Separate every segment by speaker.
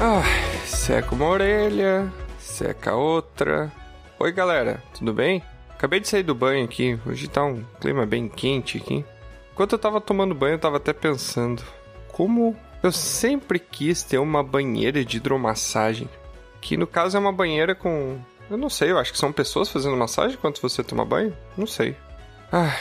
Speaker 1: Ah, seca uma orelha, seca a outra. Oi, galera, tudo bem? Acabei de sair do banho aqui, hoje tá um clima bem quente aqui. Enquanto eu tava tomando banho, eu tava até pensando: como eu sempre quis ter uma banheira de hidromassagem? Que no caso é uma banheira com. Eu não sei, eu acho que são pessoas fazendo massagem enquanto você toma banho? Não sei. Ah,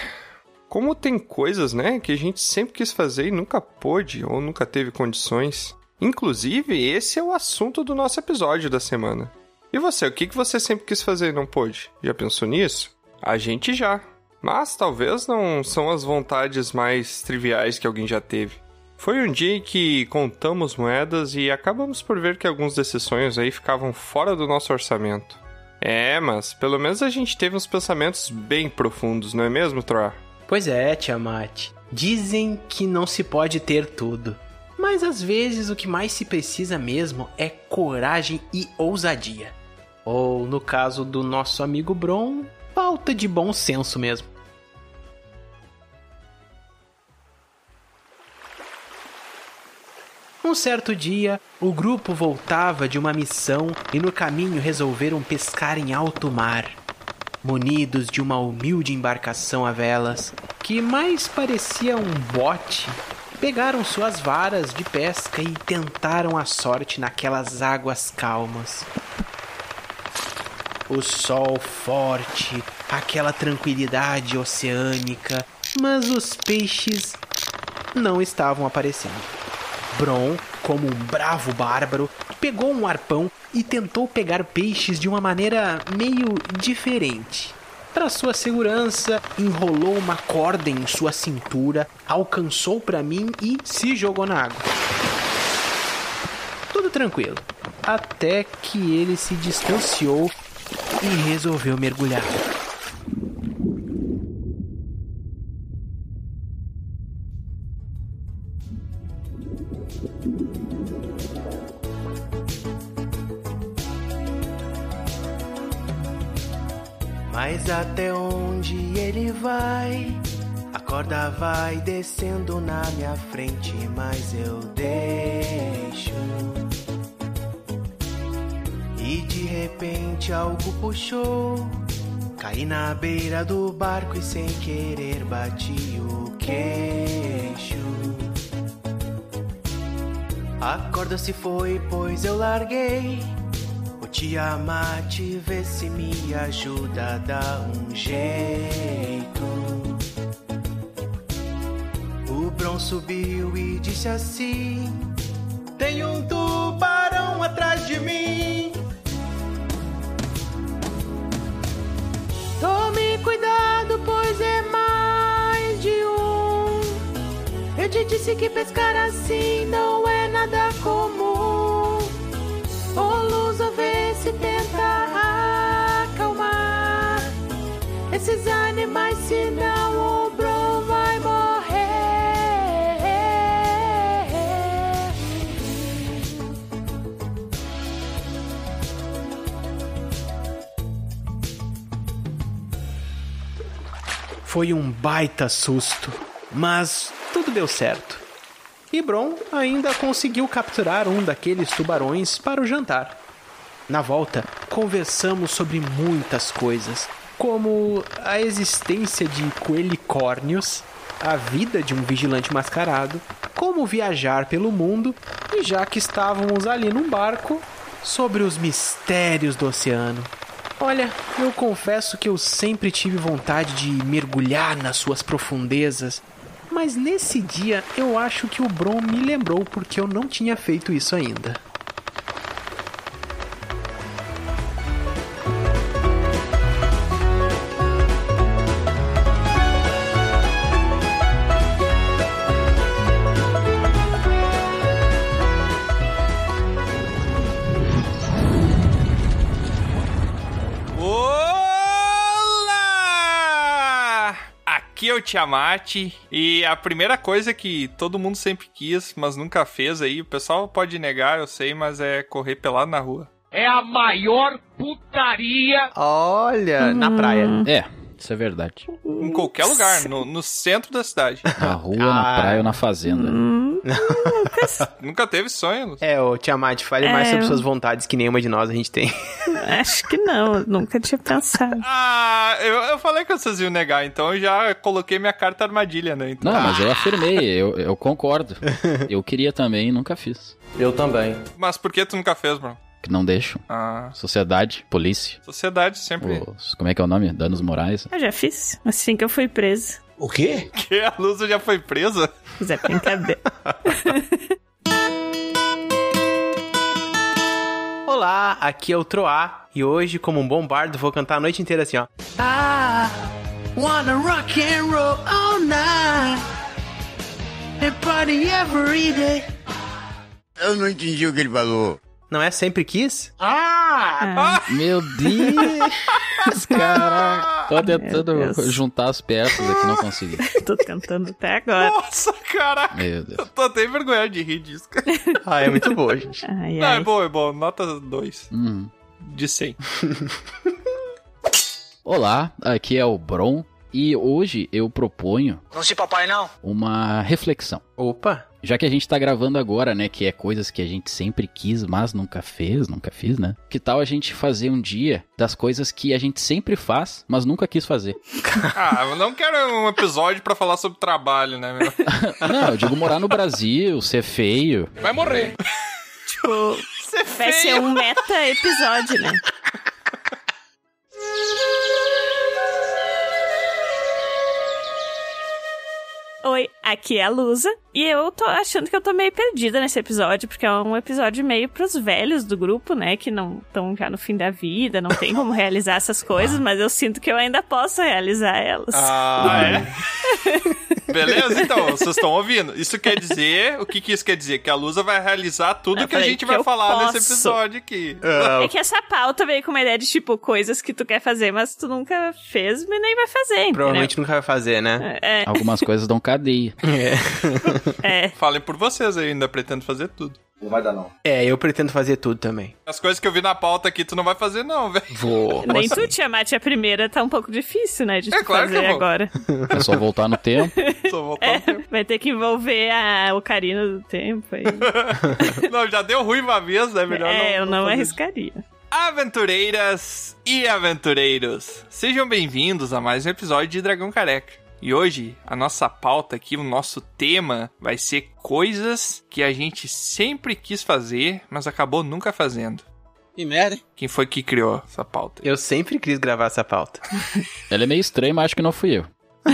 Speaker 1: como tem coisas, né, que a gente sempre quis fazer e nunca pôde ou nunca teve condições. Inclusive, esse é o assunto do nosso episódio da semana. E você, o que que você sempre quis fazer e não pôde? Já pensou nisso? A gente já. Mas talvez não são as vontades mais triviais que alguém já teve. Foi um dia em que contamos moedas e acabamos por ver que alguns desses sonhos aí ficavam fora do nosso orçamento. É, mas pelo menos a gente teve uns pensamentos bem profundos, não é mesmo, Troar?
Speaker 2: Pois é, Tiamat. Dizem que não se pode ter tudo. Mas às vezes o que mais se precisa mesmo é coragem e ousadia. Ou, no caso do nosso amigo Bron, falta de bom senso mesmo. Um certo dia, o grupo voltava de uma missão e no caminho resolveram pescar em alto mar, munidos de uma humilde embarcação a velas, que mais parecia um bote. Pegaram suas varas de pesca e tentaram a sorte naquelas águas calmas. O sol forte, aquela tranquilidade oceânica, mas os peixes não estavam aparecendo. Bron, como um bravo bárbaro, pegou um arpão e tentou pegar peixes de uma maneira meio diferente. Para sua segurança, enrolou uma corda em sua cintura, alcançou para mim e se jogou na água. Tudo tranquilo. Até que ele se distanciou e resolveu mergulhar. Mas até onde ele vai? A corda vai descendo na minha frente, mas eu deixo. E de repente algo puxou. Caí na beira do barco e sem querer bati o queixo. A corda se foi, pois eu larguei. O Tiamat vê se me ajuda a dar um jeito. O Bron subiu e disse assim: Tem um tubarão atrás de mim. Tome cuidado, pois é mais de um. Eu te disse que pescar assim não é nada comum. O Luso vê se tenta acalmar esses animais, senão o Bron vai morrer. Foi um baita susto, mas tudo deu certo. E Bron ainda conseguiu capturar um daqueles tubarões para o jantar. Na volta, conversamos sobre muitas coisas, como a existência de coelicórnios, a vida de um vigilante mascarado, como viajar pelo mundo e, já que estávamos ali num barco, sobre os mistérios do oceano. Olha, eu confesso que eu sempre tive vontade de mergulhar nas suas profundezas, mas nesse dia eu acho que o Bron me lembrou porque eu não tinha feito isso ainda.
Speaker 1: Olá! Aqui é o Tiamat e a primeira coisa que todo mundo sempre quis, mas nunca fez aí, o pessoal pode negar, eu sei, mas é correr pelado na rua.
Speaker 3: é a maior putaria.
Speaker 4: Olha, na praia.
Speaker 5: É, isso é verdade.
Speaker 1: Em qualquer lugar, no, no centro da cidade.
Speaker 5: Na rua, na praia ou na fazenda.
Speaker 4: Hum,
Speaker 1: Nunca teve sonho, Lúcio.
Speaker 2: É, ô Tiamat, fale mais
Speaker 4: É,
Speaker 2: sobre
Speaker 4: eu-
Speaker 2: suas vontades que nenhuma de nós a gente tem.
Speaker 4: Acho que não, nunca tinha pensado.
Speaker 1: Ah, eu, eu falei que vocês iam negar, então eu já coloquei minha carta armadilha, né? Então,
Speaker 5: Não, mas eu afirmei, eu, eu concordo. Eu queria também, nunca fiz.
Speaker 6: Eu também.
Speaker 1: Mas por que tu nunca fez, Bruno?
Speaker 5: Que não deixam.
Speaker 1: Ah,
Speaker 5: Sociedade, polícia,
Speaker 1: sociedade sempre.
Speaker 5: os, como é que é o nome? Danos morais.
Speaker 4: Eu já fiz, assim que eu fui presa.
Speaker 7: O quê?
Speaker 1: Que a Lusa já foi presa?
Speaker 4: Mas é brincadeira.
Speaker 2: Olá, aqui é o Troá e hoje, como um bom bardo, vou cantar a noite inteira assim, ó. Ah, wanna rock and roll all night and party every day.
Speaker 8: Eu não entendi o que ele falou.
Speaker 2: Não é sempre quis?
Speaker 4: Ah,
Speaker 5: Meu Deus, caraca. Tô
Speaker 4: Meu
Speaker 5: tentando
Speaker 4: Deus.
Speaker 5: juntar as peças aqui, não consegui.
Speaker 4: tô tentando até agora.
Speaker 1: Nossa, caraca.
Speaker 5: Meu
Speaker 1: Eu
Speaker 5: Deus.
Speaker 1: tô até envergonhado de rir disso, cara.
Speaker 2: Ah, é muito boa, gente.
Speaker 4: Ai,
Speaker 1: Não, é
Speaker 4: ai.
Speaker 1: bom, é bom. Nota 2
Speaker 5: Hum.
Speaker 1: de 100.
Speaker 5: Olá, aqui é o Bron e hoje eu proponho
Speaker 7: Não se papai, não. é-
Speaker 5: uma reflexão.
Speaker 2: Opa,
Speaker 5: Já que a gente tá gravando agora, né, que é coisas que a gente sempre quis, mas nunca fez, nunca fiz, né? Que tal a gente fazer um dia das coisas que a gente sempre faz, mas nunca quis fazer?
Speaker 1: Ah, eu não quero um episódio pra falar sobre trabalho, né, meu?
Speaker 5: Não, eu digo morar no Brasil, ser feio.
Speaker 1: Vai morrer.
Speaker 4: Tipo,
Speaker 1: Você
Speaker 4: vai
Speaker 1: fez.
Speaker 4: ser um meta episódio, né? Oi, aqui é a Lusa e eu tô achando que eu tô meio perdida nesse episódio, porque é um episódio meio pros velhos do grupo, né? Que não estão já no fim da vida, não tem como realizar essas coisas, mas eu sinto que eu ainda posso realizar elas.
Speaker 1: Ah, é?
Speaker 4: é?
Speaker 1: Beleza, então, vocês estão ouvindo. Isso quer dizer, o que, que isso quer dizer? Que a Lusa vai realizar tudo
Speaker 4: Eu
Speaker 1: que a
Speaker 4: falei
Speaker 1: gente
Speaker 4: que
Speaker 1: vai
Speaker 4: eu
Speaker 1: falar nesse
Speaker 4: posso.
Speaker 1: episódio aqui.
Speaker 4: É que essa pauta veio com uma ideia de, tipo, coisas que tu quer fazer, mas tu nunca fez e nem vai fazer, entendeu?
Speaker 2: provavelmente nunca vai fazer, né?
Speaker 4: É,
Speaker 5: Algumas coisas dão cadeia.
Speaker 4: é.
Speaker 1: Falem por vocês, eu ainda pretendo fazer tudo.
Speaker 6: Não vai dar, não.
Speaker 2: É, eu pretendo fazer tudo também.
Speaker 1: As coisas que eu vi na pauta aqui, tu não vai fazer, não, velho.
Speaker 2: Vou.
Speaker 4: Nem tu, Tiamat, a primeira tá um pouco difícil, né? De tu
Speaker 1: É claro que
Speaker 4: fazer
Speaker 1: eu vou.
Speaker 4: agora.
Speaker 5: É só voltar no tempo.
Speaker 1: Só voltar
Speaker 4: É.
Speaker 1: no tempo.
Speaker 4: Vai ter que envolver a ocarina do tempo aí.
Speaker 1: Não, já deu ruim uma vez, né? Melhor
Speaker 4: é, eu não
Speaker 1: fazer.
Speaker 4: arriscaria.
Speaker 1: Aventureiras e aventureiros, sejam bem-vindos a mais um episódio de Dragão Careca. E hoje, a nossa pauta aqui, o nosso tema vai ser coisas que a gente sempre quis fazer, mas acabou nunca fazendo.
Speaker 7: Que merda, hein?
Speaker 1: Quem foi que criou essa pauta?
Speaker 2: Eu sempre quis gravar essa pauta.
Speaker 5: Ela é meio estranha, mas acho que não fui eu.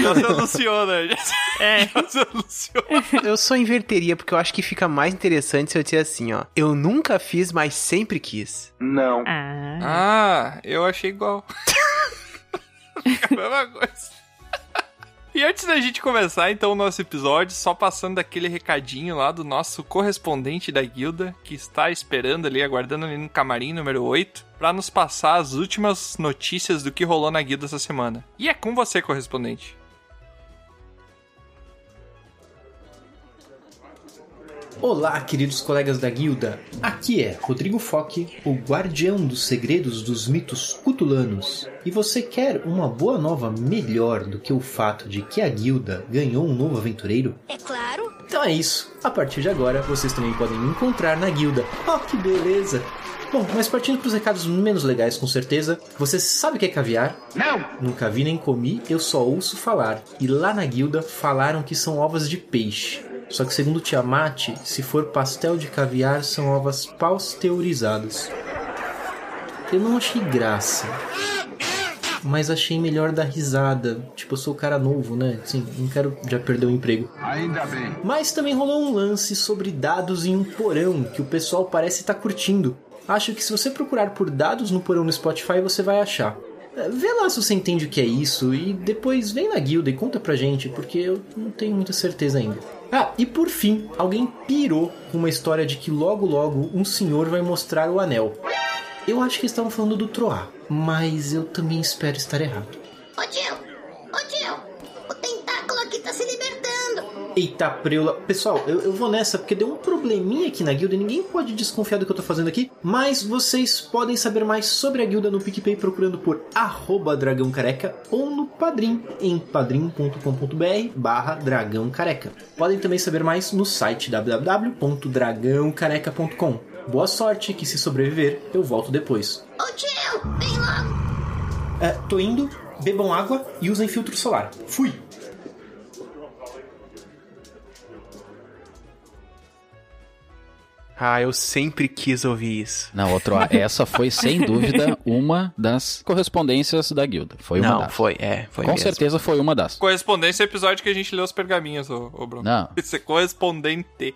Speaker 1: Já se anunciou, né? Já se,
Speaker 4: É.
Speaker 1: já se anunciou.
Speaker 2: Eu só inverteria, porque eu acho que fica mais interessante se eu disser assim, ó. Eu nunca fiz, mas sempre quis.
Speaker 6: Não.
Speaker 4: Ah,
Speaker 1: Ah, eu achei igual. a mesma coisa. E antes da gente começar, então, o nosso episódio, só passando aquele recadinho lá do nosso correspondente da guilda, que está esperando ali, aguardando ali no camarim número 8, para nos passar as últimas notícias do que rolou na guilda essa semana. E é com você, correspondente.
Speaker 9: Olá, queridos colegas da guilda. Aqui é Rodrigo Foque, o guardião dos segredos dos mitos cutulanos. E você quer uma boa nova melhor do que o fato de que a guilda ganhou um novo aventureiro? É claro. Então é isso. A partir de agora, vocês também podem me encontrar na guilda. Oh, que beleza! Bom, mas partindo para os recados menos legais, com certeza, você sabe o que é caviar? Nunca vi nem comi, eu só ouço falar. E lá na guilda falaram que são ovas de peixe. Só que segundo Tiamat, se for pastel de caviar, são ovas pasteurizadas. Eu não achei graça. Mas achei melhor dar risada. Tipo, eu sou o cara novo, né? Sim, não quero já perder o emprego. Mas também rolou um lance sobre dados em um porão que o pessoal parece estar curtindo. Acho que se você procurar por dados no porão no Spotify, você vai achar. É, Vê lá se você entende o que é isso e depois vem na guilda e conta pra gente, porque eu não tenho muita certeza ainda. Ah, e por fim, alguém pirou com uma história de que logo logo um senhor vai mostrar o anel. Eu acho que eles estavam falando do Troá, mas eu também espero estar errado.
Speaker 10: Ô tio, ô tio, o tentáculo aqui tá se libertando.
Speaker 9: Eita, preula. Pessoal, eu, eu vou nessa porque deu um probleminha aqui na guilda e ninguém pode desconfiar do que eu tô fazendo aqui. Mas vocês podem saber mais sobre a guilda no PicPay procurando por arroba dragão careca ou no Padrim, em padrim.com.br barra dragão careca. Podem também saber mais no site www.dragãocareca.com. Boa sorte, que se sobreviver, eu volto depois.
Speaker 11: Ô tio, vem logo.
Speaker 9: É, tô indo, bebam água e usem filtro solar. Fui!
Speaker 2: Ah, eu sempre quis ouvir isso.
Speaker 5: Não, outro, essa foi sem dúvida uma das correspondências da guilda. Foi uma
Speaker 12: Não,
Speaker 5: das.
Speaker 12: foi, é, foi
Speaker 5: Com
Speaker 12: mesmo.
Speaker 5: certeza foi uma das.
Speaker 1: Correspondência é o episódio que a gente leu os pergaminhos, ô, ô Bruno.
Speaker 5: Não.
Speaker 1: Isso é correspondente.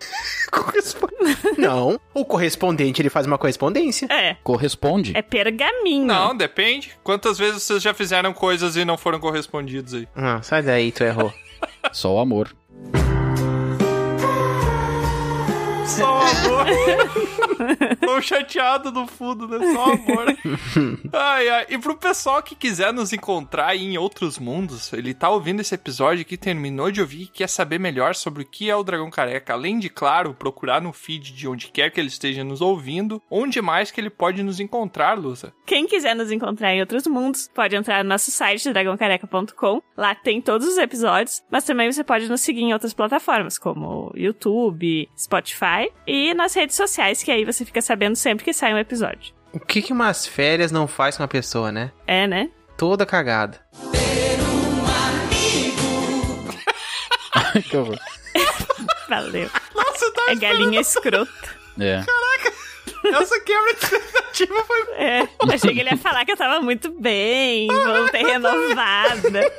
Speaker 2: Não, o correspondente ele faz uma correspondência.
Speaker 4: É,
Speaker 5: Corresponde.
Speaker 4: é pergaminho.
Speaker 1: Não, depende. Quantas vezes vocês já fizeram coisas e não foram correspondidos aí?
Speaker 2: Ah, sai daí, tu errou.
Speaker 5: Só o amor.
Speaker 1: Só amor. Tô chateado no fundo, né? Só amor. Ai, ai. E pro pessoal que quiser nos encontrar em outros mundos, ele tá ouvindo esse episódio que terminou de ouvir e quer saber melhor sobre o que é o Dragão Careca. Além de, claro, procurar no feed de onde quer que ele esteja nos ouvindo, onde mais que ele pode nos encontrar, Lusa?
Speaker 4: Quem quiser nos encontrar em outros mundos, pode entrar no nosso site, dragãocareca.com. Lá tem todos os episódios, mas também você pode nos seguir em outras plataformas, como YouTube, Spotify e nas redes sociais, que aí você fica sabendo sempre que sai um episódio.
Speaker 2: O que, que umas férias não faz com a pessoa, né?
Speaker 4: É, né?
Speaker 2: Toda cagada.
Speaker 5: Que horror.
Speaker 4: Valeu.
Speaker 1: Nossa, tá
Speaker 4: É galinha escrota.
Speaker 5: É.
Speaker 1: Essa quebra de expectativa foi.
Speaker 4: É, achei que ele ia falar que eu tava muito bem, voltei renovada.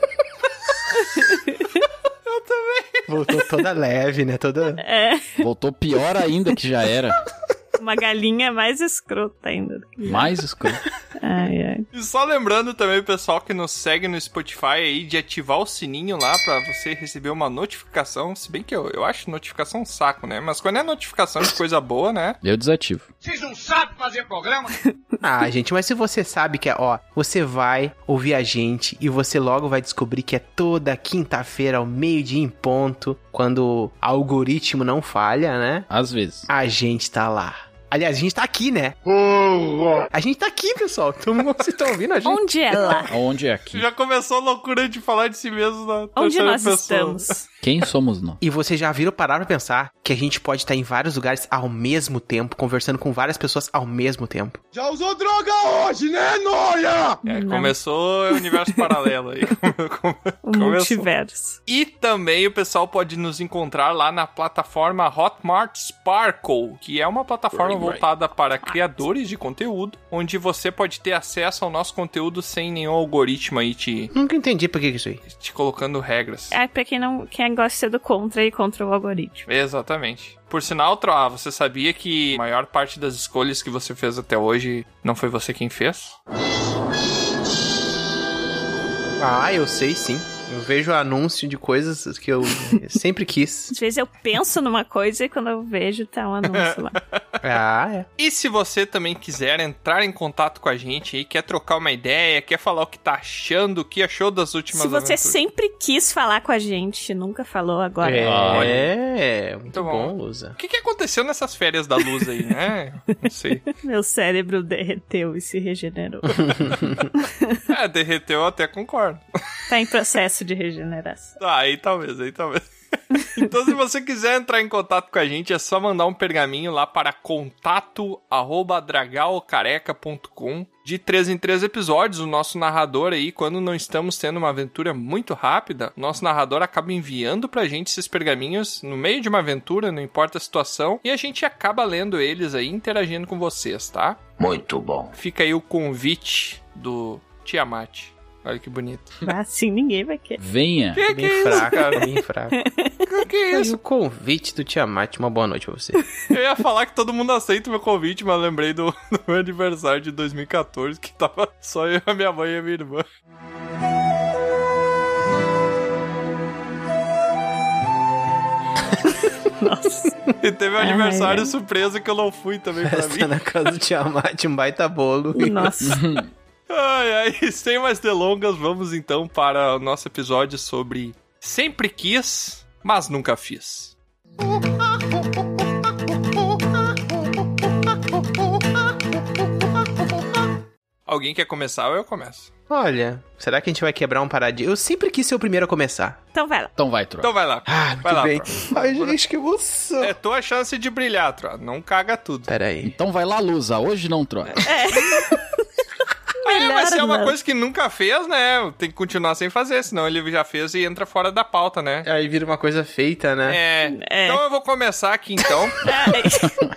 Speaker 2: Voltou toda leve, né? Toda.
Speaker 4: É,
Speaker 5: Voltou pior ainda que já era.
Speaker 4: uma galinha mais escrota ainda.
Speaker 5: Mais escuro.
Speaker 4: Ai, ai.
Speaker 1: E só lembrando também, pessoal, que nos segue no Spotify aí, de ativar o sininho lá pra você receber uma notificação. Se bem que eu, eu acho notificação um saco, né? Mas quando é notificação de coisa boa, né?
Speaker 5: Eu desativo.
Speaker 13: Vocês não sabem fazer programa?
Speaker 2: Ah, gente, mas se você sabe que é, ó, você vai ouvir a gente e você logo vai descobrir que é toda quinta-feira, ao meio-dia em ponto, quando o algoritmo não falha, né?
Speaker 5: Às vezes.
Speaker 2: A gente tá lá. Aliás, a gente tá aqui, né? A gente tá aqui, pessoal. Todo mundo vocês estão ouvindo a gente.
Speaker 4: Onde é lá?
Speaker 5: Onde é aqui?
Speaker 1: Já começou a loucura de falar de si mesmo na
Speaker 4: Onde
Speaker 1: terceira
Speaker 4: nós
Speaker 1: pessoa.
Speaker 4: estamos?
Speaker 5: Quem somos nós?
Speaker 2: E vocês já viram parar pra pensar que a gente pode estar em vários lugares ao mesmo tempo, conversando com várias pessoas ao mesmo tempo.
Speaker 14: Já usou droga hoje, né, Noia?
Speaker 1: É,
Speaker 4: Não.
Speaker 1: começou o universo paralelo aí.
Speaker 4: O
Speaker 1: Começou.
Speaker 4: multiverso.
Speaker 1: E também o pessoal pode nos encontrar lá na plataforma Hotmart Sparkle, que é uma plataforma voltada para criadores de conteúdo, onde você pode ter acesso ao nosso conteúdo sem nenhum algoritmo aí te,
Speaker 2: Nunca entendi por que que isso aí.
Speaker 1: te colocando regras.
Speaker 4: É pra quem não quem gosta de ser do contra e contra o algoritmo.
Speaker 1: Exatamente. Por sinal, Troá, você sabia que a maior parte das escolhas que você fez até hoje não foi você quem fez?
Speaker 2: Ah, eu sei sim. Eu vejo anúncio de coisas que eu sempre quis.
Speaker 4: Às vezes eu penso numa coisa e quando eu vejo tá um anúncio lá.
Speaker 2: Ah, é.
Speaker 1: E se você também quiser entrar em contato com a gente aí, quer trocar uma ideia, quer falar o que tá achando, o que achou das últimas
Speaker 4: Se você
Speaker 1: aventuras.
Speaker 4: sempre quis falar com a gente, nunca falou agora.
Speaker 2: Ah,
Speaker 1: olha.
Speaker 2: É, muito,
Speaker 1: bom.
Speaker 2: bom, Lusa.
Speaker 1: O que, que aconteceu nessas férias da luz aí, né? Não sei.
Speaker 4: Meu cérebro derreteu e se regenerou.
Speaker 1: É, derreteu, eu até concordo.
Speaker 4: tá em processo de regeneração.
Speaker 1: Tá, aí talvez, aí talvez. Então, se você quiser entrar em contato com a gente, é só mandar um pergaminho lá para contato@dragalcareca.com. De três em três episódios, o nosso narrador aí, quando não estamos tendo uma aventura muito rápida, nosso narrador acaba enviando pra gente esses pergaminhos no meio de uma aventura, não importa a situação, e a gente acaba lendo eles aí, interagindo com vocês, tá?
Speaker 14: Muito bom.
Speaker 1: Fica aí o convite do Tiamat. Olha que bonito.
Speaker 4: Mas Assim ninguém vai querer.
Speaker 5: Venha.
Speaker 1: Que que
Speaker 2: Bem
Speaker 1: é isso,
Speaker 2: fraco,
Speaker 1: cara?
Speaker 2: bem fraco.
Speaker 1: Que que é isso?
Speaker 2: Esse convite do Tiamat, uma boa noite pra você.
Speaker 1: Eu ia falar que todo mundo aceita o meu convite, mas lembrei do, do meu aniversário de 2014, que tava só eu, a minha mãe e a minha irmã.
Speaker 4: Nossa.
Speaker 1: E teve um
Speaker 4: Ai,
Speaker 1: aniversário
Speaker 4: ai.
Speaker 1: surpresa que eu não fui também pra
Speaker 2: Festa
Speaker 1: mim.
Speaker 2: tá na casa do Tiamat, um baita bolo.
Speaker 4: Nossa.
Speaker 1: Ai, ai, sem mais delongas, vamos então para o nosso episódio sobre Sempre Quis. mas nunca fiz. Alguém quer começar ou eu começo?
Speaker 2: Olha, será que a gente vai quebrar um paradinho? Eu sempre quis ser o primeiro a começar.
Speaker 4: Então vai lá.
Speaker 5: Então vai, Troa.
Speaker 1: Então vai lá.
Speaker 2: Ah,
Speaker 1: vai
Speaker 2: muito
Speaker 1: lá,
Speaker 2: bem.
Speaker 1: Troa.
Speaker 2: Ai, gente, que emoção.
Speaker 1: É tua chance de brilhar, Troa. Não caga tudo.
Speaker 2: Pera aí.
Speaker 5: Então vai lá, Lusa. Hoje não, Troa.
Speaker 1: É, mas se é uma
Speaker 4: não.
Speaker 1: coisa que nunca fez, né? Tem que continuar sem fazer, senão ele já fez e entra fora da pauta, né?
Speaker 2: Aí vira uma coisa feita, né?
Speaker 1: É.
Speaker 4: É.
Speaker 1: Então eu vou começar aqui então.
Speaker 4: Ai,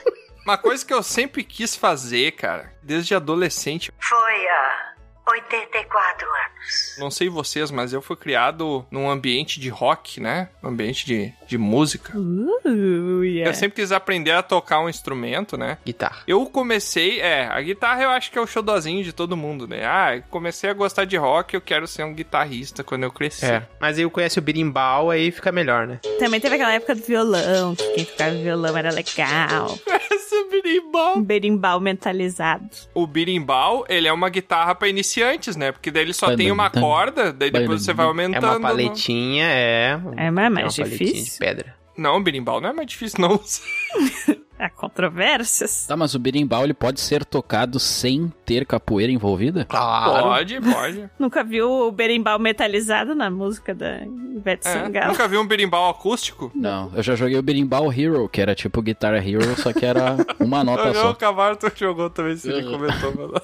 Speaker 1: Uma coisa que eu sempre quis fazer, cara, desde adolescente.
Speaker 15: Foi há 84 anos.
Speaker 1: Não sei vocês, mas eu fui criado num ambiente de rock, né? Um ambiente de, de música.
Speaker 4: uh, yeah.
Speaker 2: É.
Speaker 1: Eu sempre quis aprender a tocar um instrumento, né?
Speaker 2: Guitarra.
Speaker 1: Eu comecei, é, a guitarra eu acho que é o xodozinho de todo mundo, né? Ah, eu comecei a gostar de rock, eu quero ser um guitarrista quando eu crescer.
Speaker 2: É. Mas aí conhece o birimbau, aí fica melhor, né?
Speaker 4: Também teve aquela época do violão, que quem tocava violão era legal.
Speaker 2: É.
Speaker 1: Esse birimbau.
Speaker 4: Um berimbau mentalizado.
Speaker 1: O birimbau, ele é uma guitarra pra iniciantes, né? Porque daí ele só tem uma corda, daí depois você vai
Speaker 2: É
Speaker 1: aumentando.
Speaker 2: uma
Speaker 1: né?
Speaker 2: paletinha, é.
Speaker 4: É, mas
Speaker 2: uma
Speaker 4: é mais
Speaker 2: paletinha de
Speaker 4: difícil.
Speaker 2: pedra.
Speaker 1: Não, birimbau não é mais difícil, não.
Speaker 4: Há controvérsias.
Speaker 5: Tá, mas o berimbau ele pode ser tocado sem ter capoeira envolvida?
Speaker 1: Pode, pode.
Speaker 4: Nunca viu o berimbau metalizado na música da Ivete
Speaker 1: É,
Speaker 4: Sangalo?
Speaker 1: nunca vi um berimbau acústico?
Speaker 5: Não, eu já joguei o berimbau Hero, que era tipo Guitar Hero, só que era uma nota
Speaker 1: Não, o
Speaker 5: só.
Speaker 1: Cavarto jogou também, se ele
Speaker 5: Uhum.
Speaker 1: comentou. mas-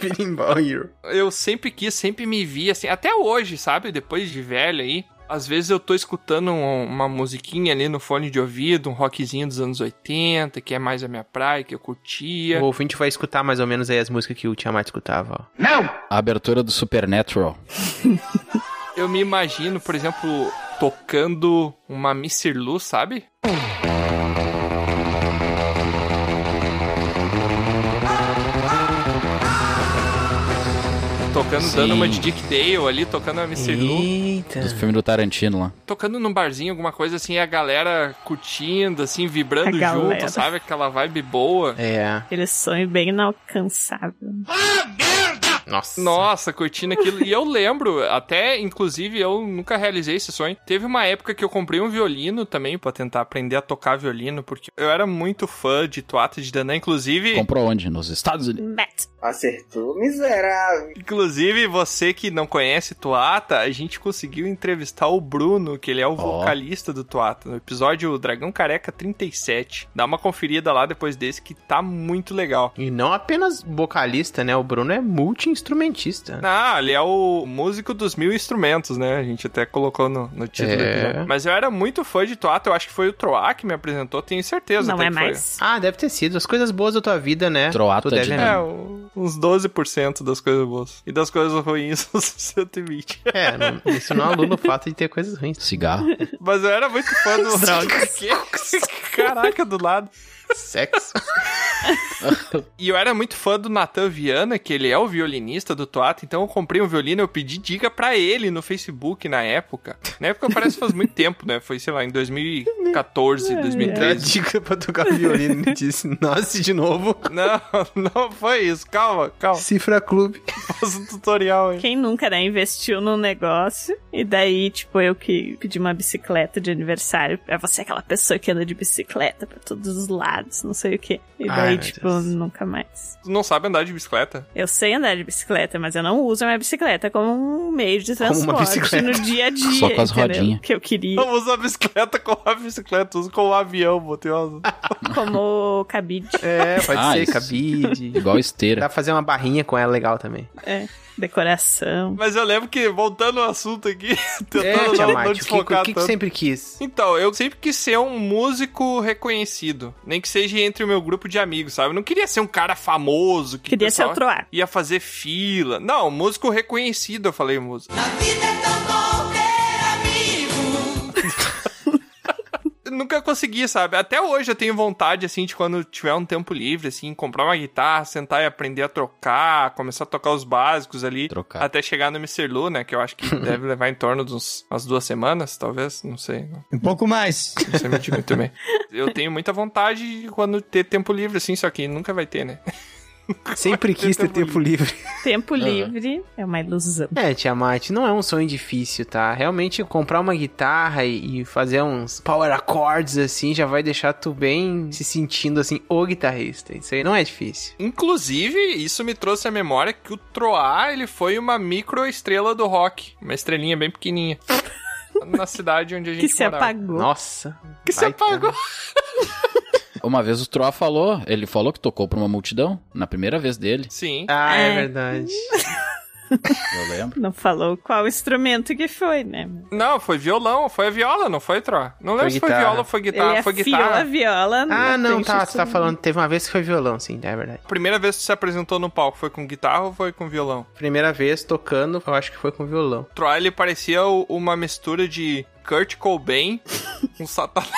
Speaker 2: Birimbau Hero.
Speaker 1: Eu sempre quis, sempre me vi, assim, até hoje, sabe? Depois de velho aí. Às vezes eu tô escutando um- uma musiquinha ali no fone de ouvido, um rockzinho dos anos 80, que é mais a minha praia, que eu curtia.
Speaker 2: O ouvinte vai escutar mais ou menos aí as músicas que o Tiamat escutava, ó.
Speaker 5: A abertura do Supernatural.
Speaker 1: Eu me imagino, por exemplo, tocando uma Missy Lu, sabe? Tocando,
Speaker 5: Sim.
Speaker 1: dando uma de Dick Dale ali, tocando a Missy Lu.
Speaker 2: Eita.
Speaker 5: Do filme do Tarantino lá.
Speaker 1: Tocando num barzinho, alguma coisa assim, e a galera curtindo, assim,
Speaker 4: A
Speaker 1: vibrando
Speaker 4: galera.
Speaker 1: junto, sabe? Aquela vibe boa.
Speaker 2: É.
Speaker 4: Aquele sonho bem inalcançável.
Speaker 2: Nossa.
Speaker 1: Nossa, curtindo aquilo. e eu lembro, até inclusive eu nunca realizei esse sonho. Teve uma época que eu comprei um violino também pra tentar aprender a tocar violino, porque eu era muito fã de Toata de Danã. Inclusive,
Speaker 5: Comprou onde? Nos Estados Unidos.
Speaker 4: Matt.
Speaker 16: Acertou, miserável.
Speaker 1: inclusive você que não conhece Toata, a gente conseguiu entrevistar o Bruno, que ele é o vocalista do Toata, no episódio Dragão Careca 37. Dá uma conferida lá depois desse que tá muito legal.
Speaker 2: E não apenas vocalista, né? O Bruno é multi-instrumentista.
Speaker 1: Ah, ele é o músico dos mil instrumentos, né? A gente até colocou no, no título
Speaker 2: É.
Speaker 1: do episódio. Mas eu era muito fã de Toato, eu acho que foi o Troá que me apresentou, tenho certeza.
Speaker 4: Não
Speaker 1: até
Speaker 4: é
Speaker 1: que foi.
Speaker 4: mais.
Speaker 2: Ah, deve ter sido. As coisas boas da tua vida, né?
Speaker 5: Troata
Speaker 2: tu deve
Speaker 5: de
Speaker 2: lembrar.
Speaker 1: É, um- uns 12% das coisas boas. E das coisas ruins, uns 120.
Speaker 2: É, não- isso não anula o fato de ter coisas ruins.
Speaker 5: Cigarro.
Speaker 1: Mas eu era muito fã do.
Speaker 4: Drogas.
Speaker 1: Que? Caraca, do lado.
Speaker 2: Sexo.
Speaker 1: E eu era muito fã do Natan Viana, que ele é o violinista do Toato, então eu comprei um violino, eu pedi dica pra ele no Facebook na época. Na época parece que faz muito tempo, né? Foi, sei lá, em 2014, 2013.
Speaker 2: dica pra tocar violino e disse, nasce de novo.
Speaker 1: Não, não foi isso. Calma, calma.
Speaker 2: Cifra Clube.
Speaker 1: Faça um tutorial aí.
Speaker 4: Quem nunca, né, investiu num negócio e daí, tipo, eu que pedi uma bicicleta de aniversário. É você aquela pessoa que anda de bicicleta pra todos os lados, não sei o quê. E
Speaker 2: Ai,
Speaker 4: daí,
Speaker 2: meu
Speaker 4: tipo,
Speaker 2: Deus.
Speaker 4: nunca mais.
Speaker 1: Tu não sabe andar de bicicleta?
Speaker 4: Eu sei andar de bicicleta, mas eu não uso a minha bicicleta como um meio de
Speaker 2: Como uma
Speaker 4: transporte
Speaker 2: bicicleta.
Speaker 4: no dia a dia.
Speaker 5: Só com as
Speaker 4: entendeu?
Speaker 5: rodinhas.
Speaker 4: Que eu queria.
Speaker 1: Não usa a bicicleta como a bicicleta, usa como um avião, botei uma...
Speaker 4: como cabide.
Speaker 2: É, pode
Speaker 5: Ah,
Speaker 2: ser
Speaker 5: isso.
Speaker 2: cabide.
Speaker 5: Igual
Speaker 2: Dá pra
Speaker 5: esteira.
Speaker 2: fazer uma barrinha com ela legal também.
Speaker 4: É, decoração.
Speaker 1: Mas eu lembro que, voltando ao assunto aqui,
Speaker 2: É,
Speaker 1: tentando não,
Speaker 2: Tiamat,
Speaker 1: não
Speaker 2: o que, o
Speaker 1: desfocar
Speaker 2: que que
Speaker 1: tanto.
Speaker 2: sempre quis?
Speaker 1: Então, eu sempre quis ser um músico reconhecido. Nem que seja entre o meu grupo de amigos, sabe? Eu não queria ser um cara famoso. Que
Speaker 4: Queria
Speaker 1: o
Speaker 4: ser
Speaker 1: pessoal
Speaker 4: o Troar.
Speaker 1: Ia fazer fila. Não, músico reconhecido, eu falei músico.
Speaker 17: A vida é tão bom ter amigo.
Speaker 1: Eu nunca consegui, sabe? Até hoje eu tenho vontade, assim, de quando tiver um tempo livre, assim, comprar uma guitarra, sentar e aprender a trocar, começar a tocar os básicos ali.
Speaker 5: Trocar.
Speaker 1: Até chegar no Mr. Lu, né? Que eu acho que deve levar em torno de uns, umas duas semanas, talvez. Não sei. Não,
Speaker 9: Um pouco mais.
Speaker 1: não sei mentir muito bem. Eu tenho muita vontade de quando ter tempo livre, assim, só que nunca vai ter, né?
Speaker 2: Sempre quis ter tempo livre.
Speaker 4: Tempo
Speaker 2: Ah.
Speaker 4: livre é uma ilusão.
Speaker 2: É, Tiamat, não é um sonho difícil, tá? Realmente comprar uma guitarra e, e fazer uns power accords assim já vai deixar tu bem se sentindo assim, o guitarrista. Isso aí não é difícil.
Speaker 1: Inclusive, isso me trouxe à memória que o Troá, ele foi uma microestrela do rock. Uma estrelinha bem pequenininha. na cidade onde a gente
Speaker 4: Que se
Speaker 1: morava.
Speaker 4: apagou.
Speaker 2: Nossa. um-
Speaker 1: Que se apagou.
Speaker 5: Uma vez o Troá falou, ele falou que tocou pra uma multidão, na primeira vez dele,
Speaker 1: Sim.
Speaker 2: Ah, é,
Speaker 4: É.
Speaker 2: verdade.
Speaker 5: eu lembro.
Speaker 4: Não falou qual instrumento que foi, né?
Speaker 1: Não, foi violão, foi a viola, não foi, Troá? Não lembro se foi
Speaker 2: guitarra.
Speaker 1: viola ou foi guitarra.
Speaker 4: Ele é né?
Speaker 1: foi
Speaker 4: afiou
Speaker 1: guitarra.
Speaker 4: a viola.
Speaker 2: Ah,
Speaker 4: na
Speaker 2: não,
Speaker 4: frente
Speaker 2: tá,
Speaker 4: de
Speaker 2: você tá
Speaker 4: todo
Speaker 2: falando. Teve uma vez que foi violão, sim, é verdade.
Speaker 1: Primeira vez que você se apresentou no palco, foi com guitarra ou foi com violão?
Speaker 2: Primeira vez tocando, eu acho que foi com violão.
Speaker 1: O Troá, ele parecia o- uma mistura de Kurt Cobain com Satanás.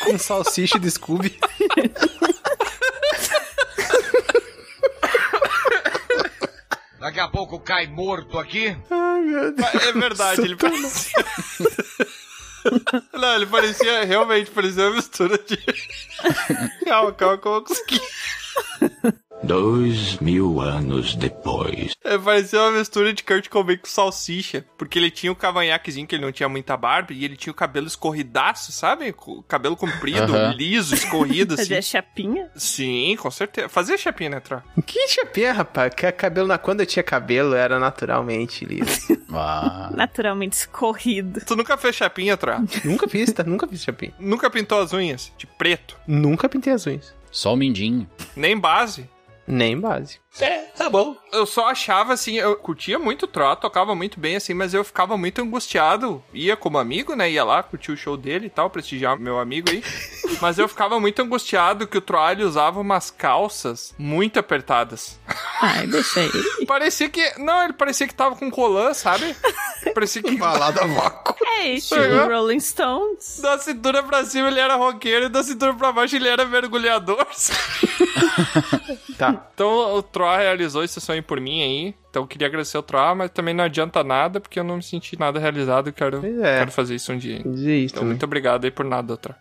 Speaker 2: Com salsicha do Scooby.
Speaker 18: Daqui a pouco cai morto aqui.
Speaker 2: Ai, meu Deus.
Speaker 1: É verdade, ele parecia... Não, ele parecia, realmente, parecia uma mistura de... calma, calma, que eu vou conseguir.
Speaker 19: Dois mil anos depois.
Speaker 1: É, parecia uma mistura de Kurt Cobain com salsicha, porque ele tinha o cavanhaquezinho que ele não tinha muita barba e ele tinha o cabelo escorridaço, sabe? O cabelo comprido,
Speaker 5: Aham.
Speaker 1: liso, escorrido
Speaker 4: mundo. Fazer
Speaker 1: assim.
Speaker 4: a chapinha?
Speaker 1: Sim, com certeza. Fazia chapinha, né, Tro?
Speaker 2: Que chapéu, rapaz? Que cabelo na... Quando eu tinha cabelo, era naturalmente liso.
Speaker 5: Ah,
Speaker 4: Naturalmente escorrido.
Speaker 1: Tu nunca fez chapinha, Tro?
Speaker 2: nunca fiz, tá? Nunca fiz chapinha.
Speaker 1: nunca pintou as unhas de preto,
Speaker 2: Nunca pintei as unhas.
Speaker 5: só o mindinho.
Speaker 1: nem base.
Speaker 2: Nem base.
Speaker 20: É, tá
Speaker 1: Eu só achava assim, eu curtia muito o Tro, tocava muito bem assim, mas eu ficava muito angustiado. Ia como amigo, né? Ia lá, curtia o show dele e tal, prestigiar meu amigo aí. mas eu ficava muito angustiado que o Troá ele usava umas calças muito apertadas.
Speaker 4: Ai, deixa aí.
Speaker 1: Parecia que. Não, ele parecia que tava com colã, sabe? Parecia que.
Speaker 19: Balada vácuo.
Speaker 4: É, estilo
Speaker 1: Aham.
Speaker 4: Rolling Stones.
Speaker 1: Da cintura pra cima ele era roqueiro e da cintura pra baixo ele era mergulhador.
Speaker 2: Tá.
Speaker 1: então o Troá realizou esse sonho por mim aí. Então eu queria agradecer ao Troá, mas também não adianta nada porque eu não me senti nada realizado. Eu quero,
Speaker 2: Pois é.
Speaker 1: quero fazer isso um dia.
Speaker 2: Vou Dizer isso
Speaker 1: Então,
Speaker 2: também.
Speaker 1: muito obrigado aí por nada, Troá.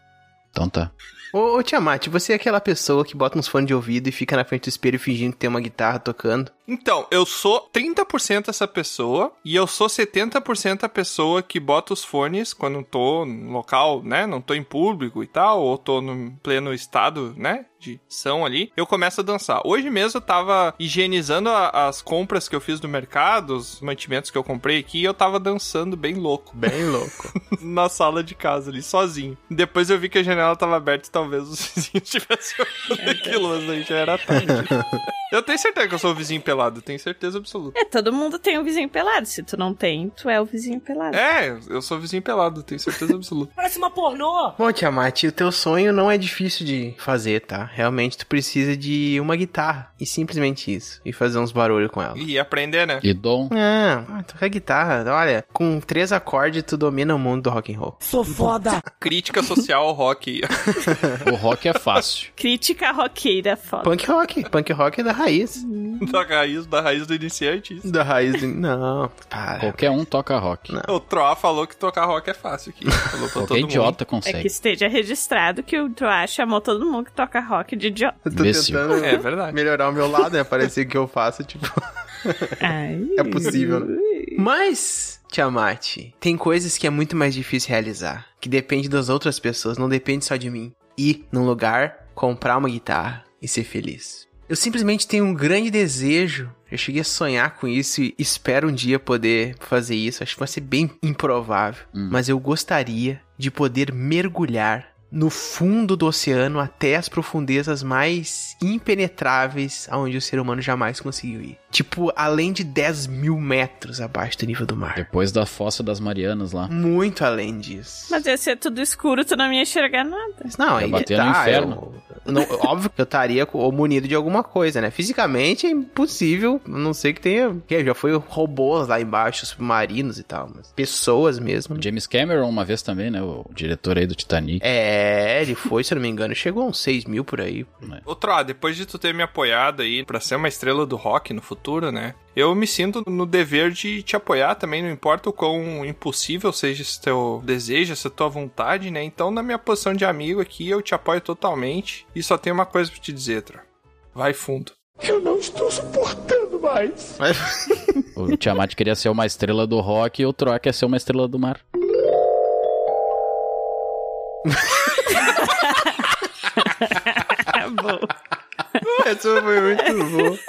Speaker 5: Então tá.
Speaker 2: Ô, ô, Tiamat, você é aquela pessoa que bota uns fones de ouvido e fica na frente do espelho fingindo que tem uma guitarra tocando?
Speaker 1: Então, eu sou 30% essa pessoa e eu sou 70% a pessoa que bota os fones quando eu tô no local, né? Não tô em público e tal, ou tô no pleno estado, né? De são ali, eu começo a dançar. Hoje mesmo eu tava higienizando a- as compras que eu fiz no mercado, os mantimentos que eu comprei aqui, e eu tava dançando bem louco
Speaker 2: Bem louco.
Speaker 1: na sala de casa ali, sozinho. Depois eu vi que a janela tava aberta e talvez os vizinhos tivessem olhando aquilo, mas aí já era tarde. eu tenho certeza que eu sou o vizinho pelado, tenho certeza absoluta.
Speaker 4: É, todo mundo tem um vizinho pelado. Se tu não tem, tu é o vizinho pelado.
Speaker 1: É, eu sou o vizinho pelado, tenho certeza absoluta.
Speaker 2: Bom, Tiamat, o teu sonho não é difícil de fazer, tá? Realmente tu precisa de uma guitarra. E simplesmente isso. E fazer uns barulhos com ela.
Speaker 1: E aprender,
Speaker 2: É.
Speaker 1: né?
Speaker 5: E Dom,
Speaker 2: Ah, tocar guitarra. Olha, com três acordes tu domina o mundo do rock and roll.
Speaker 1: Crítica social ao rock.
Speaker 5: o rock é fácil.
Speaker 4: Crítica roqueira foda.
Speaker 2: Punk rock. Punk rock é da raiz.
Speaker 1: da raiz, da raiz do iniciante. isso.
Speaker 2: Da raiz do... Não, para.
Speaker 5: Qualquer um toca rock.
Speaker 2: Não.
Speaker 1: O Troá falou que tocar rock é fácil aqui. Falou pra todo
Speaker 5: Qualquer
Speaker 1: mundo.
Speaker 5: idiota
Speaker 4: É que
Speaker 5: consegue.
Speaker 4: esteja registrado que o Troá chamou todo mundo que toca rock de idiota.
Speaker 2: Eu tô
Speaker 5: Imbecil.
Speaker 2: tentando
Speaker 1: É verdade.
Speaker 2: melhorar o meu lado, né? Parecer que eu faço, tipo...
Speaker 4: Ai.
Speaker 2: É possível, né? Mas, Tiamat, tem coisas que é muito mais difícil realizar, que depende das outras pessoas, não depende só de mim. Ir num lugar, comprar uma guitarra e ser feliz. Eu simplesmente tenho um grande desejo. Eu cheguei a sonhar com isso e espero um dia poder fazer isso. Acho que vai ser bem improvável,
Speaker 5: Hum.
Speaker 2: mas eu gostaria de poder mergulhar no fundo do oceano até as profundezas mais impenetráveis aonde o ser humano jamais conseguiu ir. Tipo, além de 10 mil metros abaixo do nível do mar.
Speaker 5: Depois da fossa das Marianas lá.
Speaker 2: Muito além disso.
Speaker 4: Mas ia ser tudo escuro, tu não ia enxergar nada.
Speaker 2: Mas não,
Speaker 5: Vai
Speaker 2: aí
Speaker 5: bater
Speaker 2: que
Speaker 5: no
Speaker 2: tá,
Speaker 5: inferno.
Speaker 2: eu- não, óbvio que eu estaria co- ou munido de alguma coisa, né? Fisicamente é impossível, a não sei que tenha. que já foi robôs lá embaixo, submarinos e tal, mas pessoas mesmo.
Speaker 5: O
Speaker 2: né?
Speaker 5: James Cameron, uma vez também, né? O diretor aí do Titanic.
Speaker 2: É, ele foi, se eu não me engano, chegou a uns 6 mil por aí.
Speaker 1: Ô, Troá, ah, depois de tu ter me apoiado aí pra ser uma estrela do rock no futuro, né? Eu me sinto no dever de te apoiar também, não importa o quão impossível seja esse teu desejo, essa tua vontade, né? Então, na minha posição de amigo aqui, eu te apoio totalmente. E só tem uma coisa pra te dizer, Troá.
Speaker 21: Vai fundo.
Speaker 22: Eu não estou suportando mais.
Speaker 5: O Tiamat queria ser uma estrela do rock e o Troia quer ser uma estrela do mar.
Speaker 4: bom.
Speaker 21: Essa Ah, foi muito boa.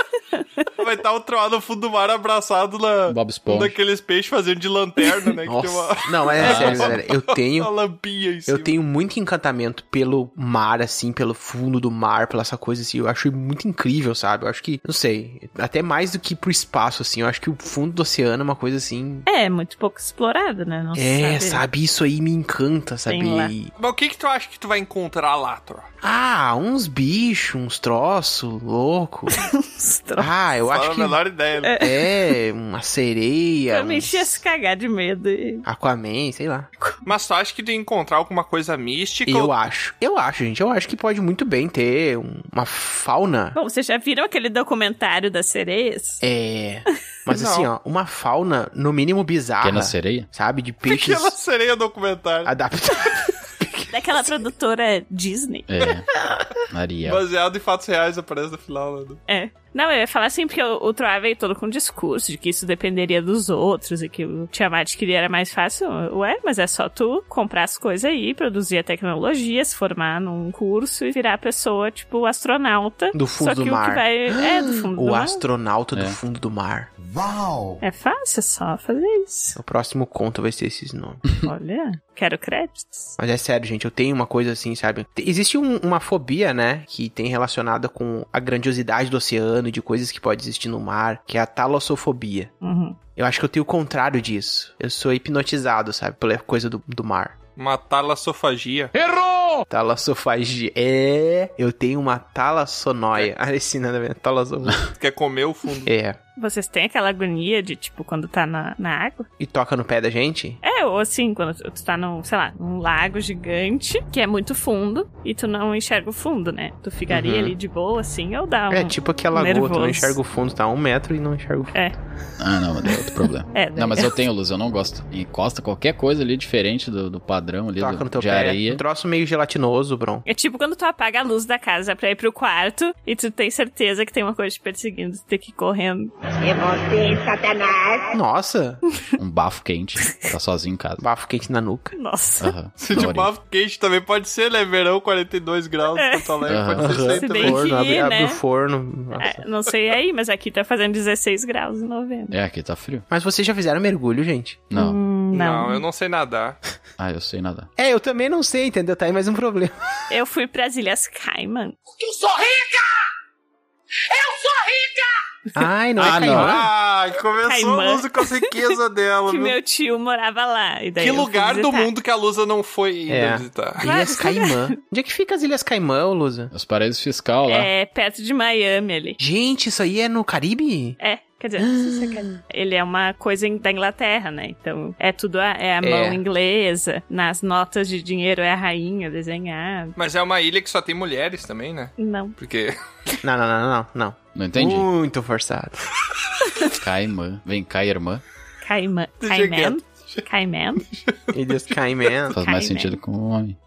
Speaker 1: Vai estar o Troá no fundo do mar abraçado
Speaker 2: Ah,
Speaker 1: na
Speaker 5: Bob
Speaker 1: um
Speaker 2: é
Speaker 5: Esponja.
Speaker 1: daqueles peixes fazendo de lanterna, né? Que tem uma...
Speaker 2: Não, mas é sério, sério. Eu tenho.
Speaker 1: Uma lampinha em
Speaker 2: Eu
Speaker 1: cima.
Speaker 2: tenho muito encantamento pelo mar, assim, pelo fundo do mar, pela essa coisa, assim. Eu acho muito incrível, sabe? Eu acho que, não sei, até mais do que pro espaço, assim. Eu acho que o fundo do oceano é uma coisa assim.
Speaker 4: É, muito pouco explorado, né? Não se
Speaker 2: é, sabe?
Speaker 4: sabe.
Speaker 2: Isso aí me encanta, sabe?
Speaker 4: Tem lá.
Speaker 1: Mas o que que tu acha que tu vai encontrar lá, Troá?
Speaker 2: Ah, uns bichos, uns troços louco.
Speaker 4: uns troços.
Speaker 2: Ah, eu
Speaker 1: Fala
Speaker 2: acho
Speaker 1: a
Speaker 2: que.
Speaker 1: menor ideia, né?
Speaker 2: É, uma sereia.
Speaker 4: Eu me enchia se cagar de medo. e-
Speaker 2: uns Aquaman, sei lá.
Speaker 1: Mas tu acha que tu ia encontrar alguma coisa mística?
Speaker 2: Eu
Speaker 1: ou-
Speaker 2: acho. Eu acho, gente. Eu acho que pode muito bem ter um- uma fauna.
Speaker 4: Bom, vocês já viram aquele documentário das sereias?
Speaker 2: É. Mas assim, ó, uma fauna, no mínimo, bizarra.
Speaker 5: Pequena sereia?
Speaker 2: Sabe? De peixes
Speaker 1: Pequena sereia documentário.
Speaker 2: adaptados.
Speaker 4: Daquela produtora Disney.
Speaker 5: É. Ariel.
Speaker 1: Baseado em fatos reais, aparece no final, né?
Speaker 4: É. Não, eu ia falar assim, porque o, o Troy veio todo com um discurso de que isso dependeria dos outros e que o Tiamat queria era mais fácil. Ué, mas é só tu comprar as coisas aí, produzir a tecnologia, se formar num curso e virar a pessoa, tipo, astronauta.
Speaker 2: Do fundo
Speaker 4: só que
Speaker 2: do
Speaker 4: o
Speaker 2: mar.
Speaker 4: que vai. É, do fundo do
Speaker 2: O
Speaker 4: mar.
Speaker 2: astronauta do
Speaker 5: É.
Speaker 2: fundo do mar.
Speaker 22: Uau!
Speaker 4: É fácil, é só fazer isso.
Speaker 2: O próximo conto vai ser esses nomes.
Speaker 4: Olha, quero créditos.
Speaker 2: Mas é sério, gente, eu tenho uma coisa assim, sabe? Te- Existe um- uma fobia, né? Que tem relacionada com a grandiosidade do oceano e de coisas que pode existir no mar, que é a talassofobia.
Speaker 4: Uhum.
Speaker 2: Eu acho que eu tenho o contrário disso. Eu sou hipnotizado, sabe? Pela coisa do, do mar.
Speaker 1: Uma talassofagia.
Speaker 2: Talassofagia. É, eu tenho uma talassonoia. Ah, esse nada a ver. Talassofobia.
Speaker 1: Tu quer comer o fundo.
Speaker 2: É.
Speaker 4: Vocês têm aquela agonia de, tipo, quando tá na, na água?
Speaker 2: E toca no pé da gente?
Speaker 4: É, ou assim, quando tu tu tá num, sei lá, num lago gigante, que é muito fundo, e tu não enxerga o fundo, né? Tu ficaria
Speaker 2: Uhum.
Speaker 4: ali de boa, assim, ou dá um...
Speaker 2: É tipo aquela lagoa, tu não
Speaker 4: nervoso.
Speaker 2: enxerga o fundo, tá a um metro e não enxerga o fundo.
Speaker 5: Ah, não, mas é outro problema.
Speaker 4: É,
Speaker 5: Não, mas eu tenho luz, eu não gosto. Encosta qualquer coisa ali diferente do, do padrão ali
Speaker 2: Toca
Speaker 5: do,
Speaker 2: no teu
Speaker 5: de
Speaker 2: pé.
Speaker 5: areia.
Speaker 2: Um troço meio gelatinoso, Bron.
Speaker 4: É tipo quando tu apaga a luz da casa pra ir pro quarto, e tu tem certeza que tem uma coisa te perseguindo, tu tem que ir correndo.
Speaker 23: É você, Satanás.
Speaker 2: Nossa!
Speaker 5: Um bafo quente. Tá sozinho em casa.
Speaker 2: Bafo quente na nuca.
Speaker 4: Nossa.
Speaker 5: Aham.
Speaker 1: Se de
Speaker 5: Adorei.
Speaker 1: bafo quente também pode ser, né? Verão 42 graus,
Speaker 4: É.
Speaker 1: Porto Alegre,
Speaker 5: Aham.
Speaker 1: pode ser isso aí
Speaker 4: Se
Speaker 1: também.
Speaker 4: bem que,
Speaker 2: forno, abre, abre
Speaker 4: né?
Speaker 2: o forno.
Speaker 1: Ah.
Speaker 2: Nossa.
Speaker 4: É, não sei aí, mas aqui tá fazendo 16 graus em novembro.
Speaker 5: É, aqui tá frio.
Speaker 2: Mas vocês já fizeram mergulho, gente?
Speaker 5: Não.
Speaker 4: Hum, não.
Speaker 1: eu não sei nadar.
Speaker 5: Ah, eu sei nadar.
Speaker 2: É, eu também não sei, entendeu? Tá aí mais um problema.
Speaker 4: Eu fui pras Ilhas Cayman.
Speaker 22: Porque eu sou rica! Eu sou rica!
Speaker 2: Ai, não é
Speaker 5: Ah, não.
Speaker 2: Caimã?
Speaker 1: Ah, começou
Speaker 4: Caimã.
Speaker 1: a Lusa com a riqueza dela.
Speaker 4: Que
Speaker 1: meu.
Speaker 4: meu tá- tio morava lá. E daí
Speaker 1: Que
Speaker 4: eu fui
Speaker 1: lugar do
Speaker 4: visitar.
Speaker 1: mundo que a Lusa não foi ainda
Speaker 2: É.
Speaker 1: visitar?
Speaker 2: Ilhas Caimã. Onde é que fica as Ilhas Caimã, ô, Lusa?
Speaker 5: Os paraísos fiscal lá.
Speaker 4: É, perto de Miami ali.
Speaker 2: Gente, isso aí é no Caribe?
Speaker 4: É, quer dizer, não sei se é que- ele é uma coisa in- da Inglaterra, né? Então é tudo a, é a mão
Speaker 2: É.
Speaker 4: inglesa. Nas notas de dinheiro é a rainha desenhada.
Speaker 1: Mas é uma ilha que só tem mulheres também, né?
Speaker 4: Não.
Speaker 1: Porque
Speaker 2: Não, não, não, não, não.
Speaker 5: Não entendi.
Speaker 2: Muito forçado.
Speaker 4: Uh.
Speaker 5: Caimã. Vem cá, irmã.
Speaker 4: Caimã.
Speaker 1: Deixa
Speaker 4: Caimã. Caimã.
Speaker 2: Ilhas Caimã.
Speaker 5: Faz mais
Speaker 4: Caimã.
Speaker 5: sentido com o homem.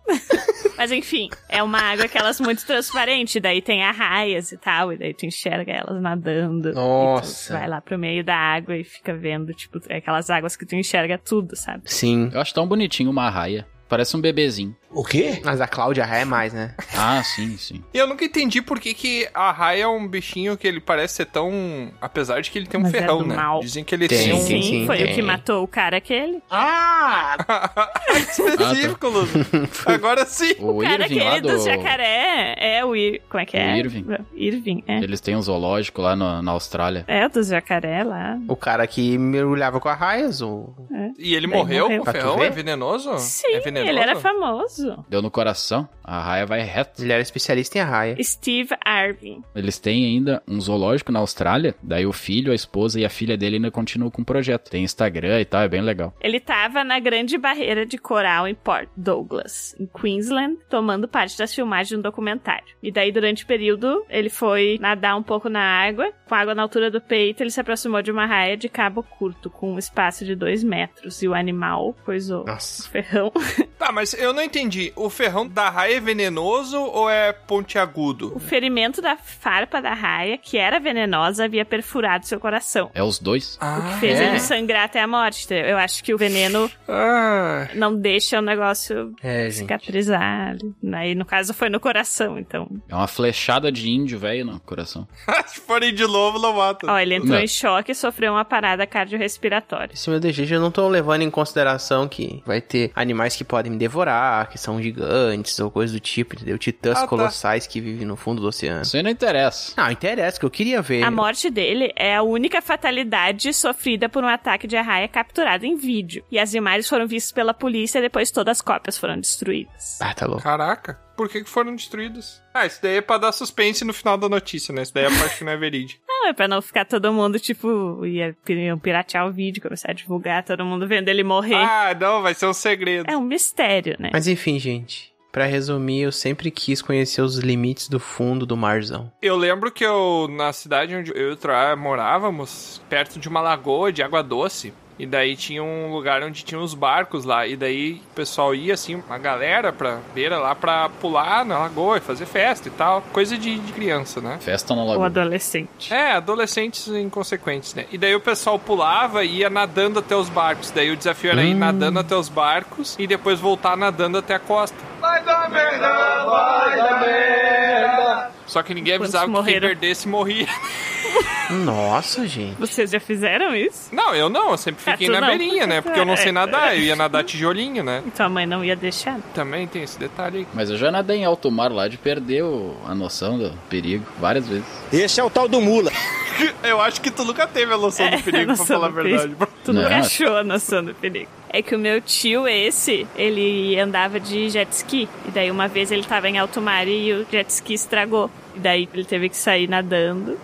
Speaker 4: Mas enfim, é uma água que elas muito transparente. Daí tem arraias e tal. E daí tu enxerga elas nadando. e tu
Speaker 2: Nossa.
Speaker 4: vai lá pro meio da água e fica vendo, tipo, aquelas águas que tu enxerga tudo, sabe?
Speaker 2: Sim.
Speaker 5: Eu acho tão bonitinho uma raia. Parece um bebezinho.
Speaker 22: O quê?
Speaker 2: Mas a Cláudia Raia é mais, né?
Speaker 5: Ah, sim, sim.
Speaker 1: eu nunca entendi por que, que a raia é um bichinho que ele parece ser tão. Apesar de que ele tem um
Speaker 4: Mas é
Speaker 1: ferrão,
Speaker 4: do
Speaker 1: né?
Speaker 4: mal.
Speaker 1: Dizem que ele
Speaker 2: Tem,
Speaker 1: tem, um.
Speaker 4: Sim,
Speaker 2: sim, É.
Speaker 4: foi
Speaker 2: tem.
Speaker 4: o que matou o cara aquele.
Speaker 22: Ah!
Speaker 1: Específico, Lusa. Agora sim.
Speaker 5: O,
Speaker 4: cara
Speaker 5: Irving lá
Speaker 4: aquele
Speaker 5: do...
Speaker 4: do jacaré é o Ir... Como é que
Speaker 5: O
Speaker 4: é?
Speaker 5: Irving.
Speaker 4: Irving, é.
Speaker 5: Eles têm um zoológico lá no- na Austrália.
Speaker 4: É, o do jacaré lá.
Speaker 2: O cara que mergulhava com a raia, o...
Speaker 1: E ele
Speaker 4: Ele
Speaker 1: morreu,
Speaker 4: morreu.
Speaker 1: com
Speaker 2: Pra tu
Speaker 1: ferrão?
Speaker 2: ver?
Speaker 1: É venenoso?
Speaker 4: Sim,
Speaker 1: é venenoso?
Speaker 4: ele era famoso.
Speaker 5: Deu no coração, a raia vai reto.
Speaker 2: ele era especialista em raia.
Speaker 4: Steve Irving.
Speaker 5: Eles têm ainda um zoológico na Austrália, daí o filho, a esposa e a filha dele ainda continuam com o projeto. Tem Instagram e tal, é bem legal.
Speaker 4: Ele tava na grande barreira de coral em Port Douglas, em Queensland, tomando parte das filmagens de um documentário. E daí, durante o período, ele foi nadar um pouco na água. Com água na altura do peito, ele se aproximou de uma raia de cabo curto, com um espaço de dois metros. E o animal coisou o
Speaker 2: Nossa.
Speaker 4: ferrão
Speaker 1: Tá, mas eu não entendi. O ferrão da raia é venenoso ou é pontiagudo?
Speaker 4: O ferimento da farpa da raia, que era venenosa, havia perfurado seu coração.
Speaker 5: É os dois?
Speaker 4: O que fez ele sangrar até a morte. entendeu? Eu acho que o veneno
Speaker 1: Ah.
Speaker 4: não deixa o negócio
Speaker 5: É, gente.
Speaker 4: cicatrizar. Aí, no caso, foi no coração, então.
Speaker 5: É uma flechada de índio, velho, no coração.
Speaker 1: Se forem de novo, não mata.
Speaker 4: Ó, ele entrou
Speaker 5: Não.
Speaker 4: em choque e sofreu uma parada cardiorrespiratória.
Speaker 2: Esse meu desejo eu não tô levando em consideração que vai ter animais que podem me devorar, que são gigantes ou coisa do tipo, entendeu? Titãs
Speaker 4: Ah, tá.
Speaker 2: colossais que vivem no fundo do oceano. Isso
Speaker 5: aí não interessa.
Speaker 2: Não, interessa, que eu queria ver.
Speaker 4: A morte dele é a única fatalidade sofrida por um ataque de arraia capturado em vídeo. E as imagens foram vistas pela polícia e depois todas as cópias foram destruídas.
Speaker 2: Ah, tá louco.
Speaker 1: Caraca, por que, que foram destruídos? Ah, isso daí é pra dar suspense no final da notícia, né? Isso daí é a parte que não é verídica.
Speaker 4: Não, é pra não ficar todo mundo, tipo, ia iam piratear o vídeo, começar a divulgar, todo mundo vendo ele morrer.
Speaker 1: Ah, não, vai ser um segredo.
Speaker 4: É um mistério, né?
Speaker 2: Mas enfim, gente. Pra resumir, eu sempre quis conhecer os limites do fundo do marzão.
Speaker 1: Eu lembro que eu, na cidade onde eu e o Troá morávamos, perto de uma lagoa de água doce. E daí tinha um lugar onde tinha uns barcos lá. E daí o pessoal ia, assim, uma galera pra beira lá pra pular na lagoa e fazer festa e tal. Coisa de, de criança, né?
Speaker 5: Festa na
Speaker 4: Ou
Speaker 5: lagoa.
Speaker 4: adolescente.
Speaker 1: É, adolescentes inconsequentes, né? E daí o pessoal pulava e ia nadando até os barcos. Daí o desafio era
Speaker 4: Hum.
Speaker 1: ir nadando até os barcos e depois voltar nadando até a costa.
Speaker 22: Vai dar merda, vai dar merda.
Speaker 1: Só que ninguém avisava que quem perdesse morria.
Speaker 2: Nossa, gente.
Speaker 4: Vocês já fizeram isso?
Speaker 1: Não, eu não, eu sempre fiquei
Speaker 4: Ah, tu
Speaker 1: na
Speaker 4: não. é.
Speaker 1: beirinha, né? Porque eu não sei nadar, eu ia nadar tijolinho, né?
Speaker 4: Tua mãe não ia deixar. né?
Speaker 1: Também tem esse detalhe aí.
Speaker 5: Mas eu já nadei em alto mar lá de perder o- a noção do perigo várias vezes.
Speaker 24: Esse é o tal do mula.
Speaker 1: Eu acho que tu nunca teve a noção
Speaker 4: É,
Speaker 1: do perigo, pra
Speaker 4: noção
Speaker 1: falar a
Speaker 4: do perigo.
Speaker 1: verdade.
Speaker 4: Tu nunca achou a noção do perigo. É que o meu tio, esse, ele andava de jet ski. E daí uma vez ele tava em alto mar e o jet ski estragou. E daí ele teve que sair nadando.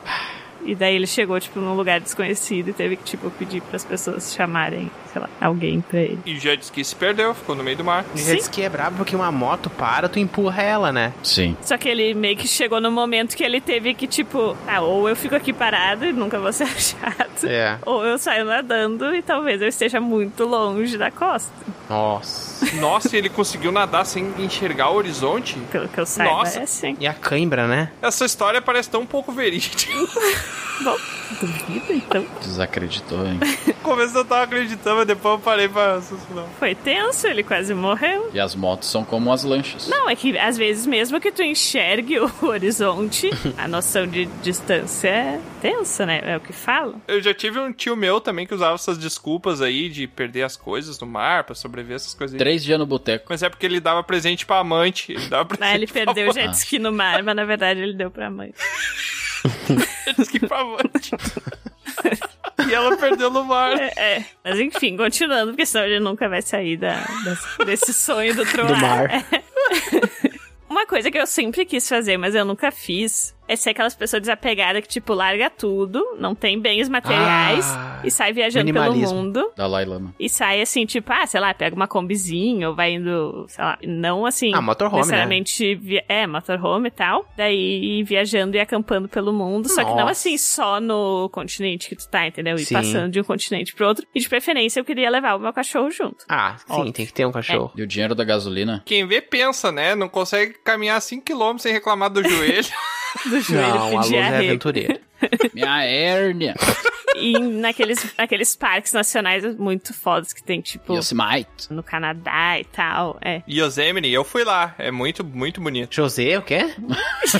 Speaker 4: E daí ele chegou, tipo, num lugar desconhecido e teve que, tipo, pedir pras pessoas chamarem, sei lá, alguém pra ele.
Speaker 1: E o jet ski se perdeu, ficou no meio do mar.
Speaker 2: E jet ski é brabo porque uma moto para, tu empurra ela, né?
Speaker 5: Sim.
Speaker 4: Só que ele meio que chegou no momento que ele teve que, tipo, ah, ou eu fico aqui parado e nunca vou ser achado.
Speaker 2: É.
Speaker 4: Ou eu saio nadando e talvez eu esteja muito longe da costa.
Speaker 2: Nossa.
Speaker 1: Nossa, e ele conseguiu nadar sem enxergar o horizonte?
Speaker 4: Pelo que eu
Speaker 2: saiba,
Speaker 1: Nossa.
Speaker 2: é assim. E a cãibra, né?
Speaker 1: Essa história parece tão pouco verídica.
Speaker 4: Bom, duvido então.
Speaker 5: Desacreditou, hein?
Speaker 1: No começo eu tava acreditando, mas depois eu parei pra raciocinar.
Speaker 4: Foi tenso, ele quase morreu.
Speaker 5: E as motos são como as lanchas.
Speaker 4: Não, é que às vezes mesmo que tu enxergue o horizonte, a noção de distância é tensa, né? É o que falam.
Speaker 1: Eu já tive um tio meu também que usava essas desculpas aí de perder as coisas no mar pra sobreviver essas coisas. aí.
Speaker 5: Três dias no boteco.
Speaker 1: Mas é porque ele dava presente pra amante. Ele dava presente
Speaker 4: Ah, ele perdeu o
Speaker 1: pra
Speaker 4: jet ski no mar, mas na verdade ele deu pra mãe.
Speaker 1: jet ski pra amante. e ela perdeu no mar.
Speaker 4: É, é. Mas enfim, continuando, porque senão ele nunca vai sair da, das- desse sonho do troar.
Speaker 22: Do mar.
Speaker 4: É. Uma coisa que eu sempre quis fazer, mas eu nunca fiz, é ser aquelas pessoas desapegadas que, tipo, larga tudo, não tem bens materiais
Speaker 5: Ah,
Speaker 4: e sai viajando pelo mundo.
Speaker 5: Dalai Lama.
Speaker 4: E sai assim, tipo, ah, sei lá, pega uma combizinha ou vai indo, sei lá, não assim.
Speaker 5: Ah,
Speaker 2: né?
Speaker 5: motorhome,
Speaker 4: necessariamente vi- É, motorhome e tal. Daí viajando e acampando pelo mundo. Só que não
Speaker 5: Nossa.
Speaker 4: assim, só no continente que tu tá, entendeu? E
Speaker 2: Sim.
Speaker 4: passando de um continente pro outro. E de preferência eu queria levar o meu cachorro junto.
Speaker 2: Ah, sim,
Speaker 4: Óbvio.
Speaker 2: tem que ter um cachorro.
Speaker 5: E o dinheiro da gasolina?
Speaker 1: Quem vê, pensa, né? Não consegue caminhar 5km sem reclamar do joelho.
Speaker 4: do
Speaker 2: Não, a Luz é aventureiro.
Speaker 5: Minha hérnia.
Speaker 4: E naqueles, naqueles parques nacionais muito fodas que tem, tipo.
Speaker 5: Yosemite.
Speaker 4: No Canadá e tal. É.
Speaker 1: Yosemite, eu fui lá. É muito, muito bonito.
Speaker 2: José, o quê?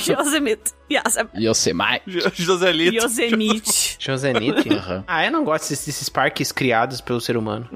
Speaker 4: Yosemite. Yosemite.
Speaker 5: Yosemite.
Speaker 1: Joselito.
Speaker 4: Yosemite.
Speaker 2: Josenite?
Speaker 5: Aham.
Speaker 2: Ah, eu não gosto desses, desses parques criados pelo ser humano.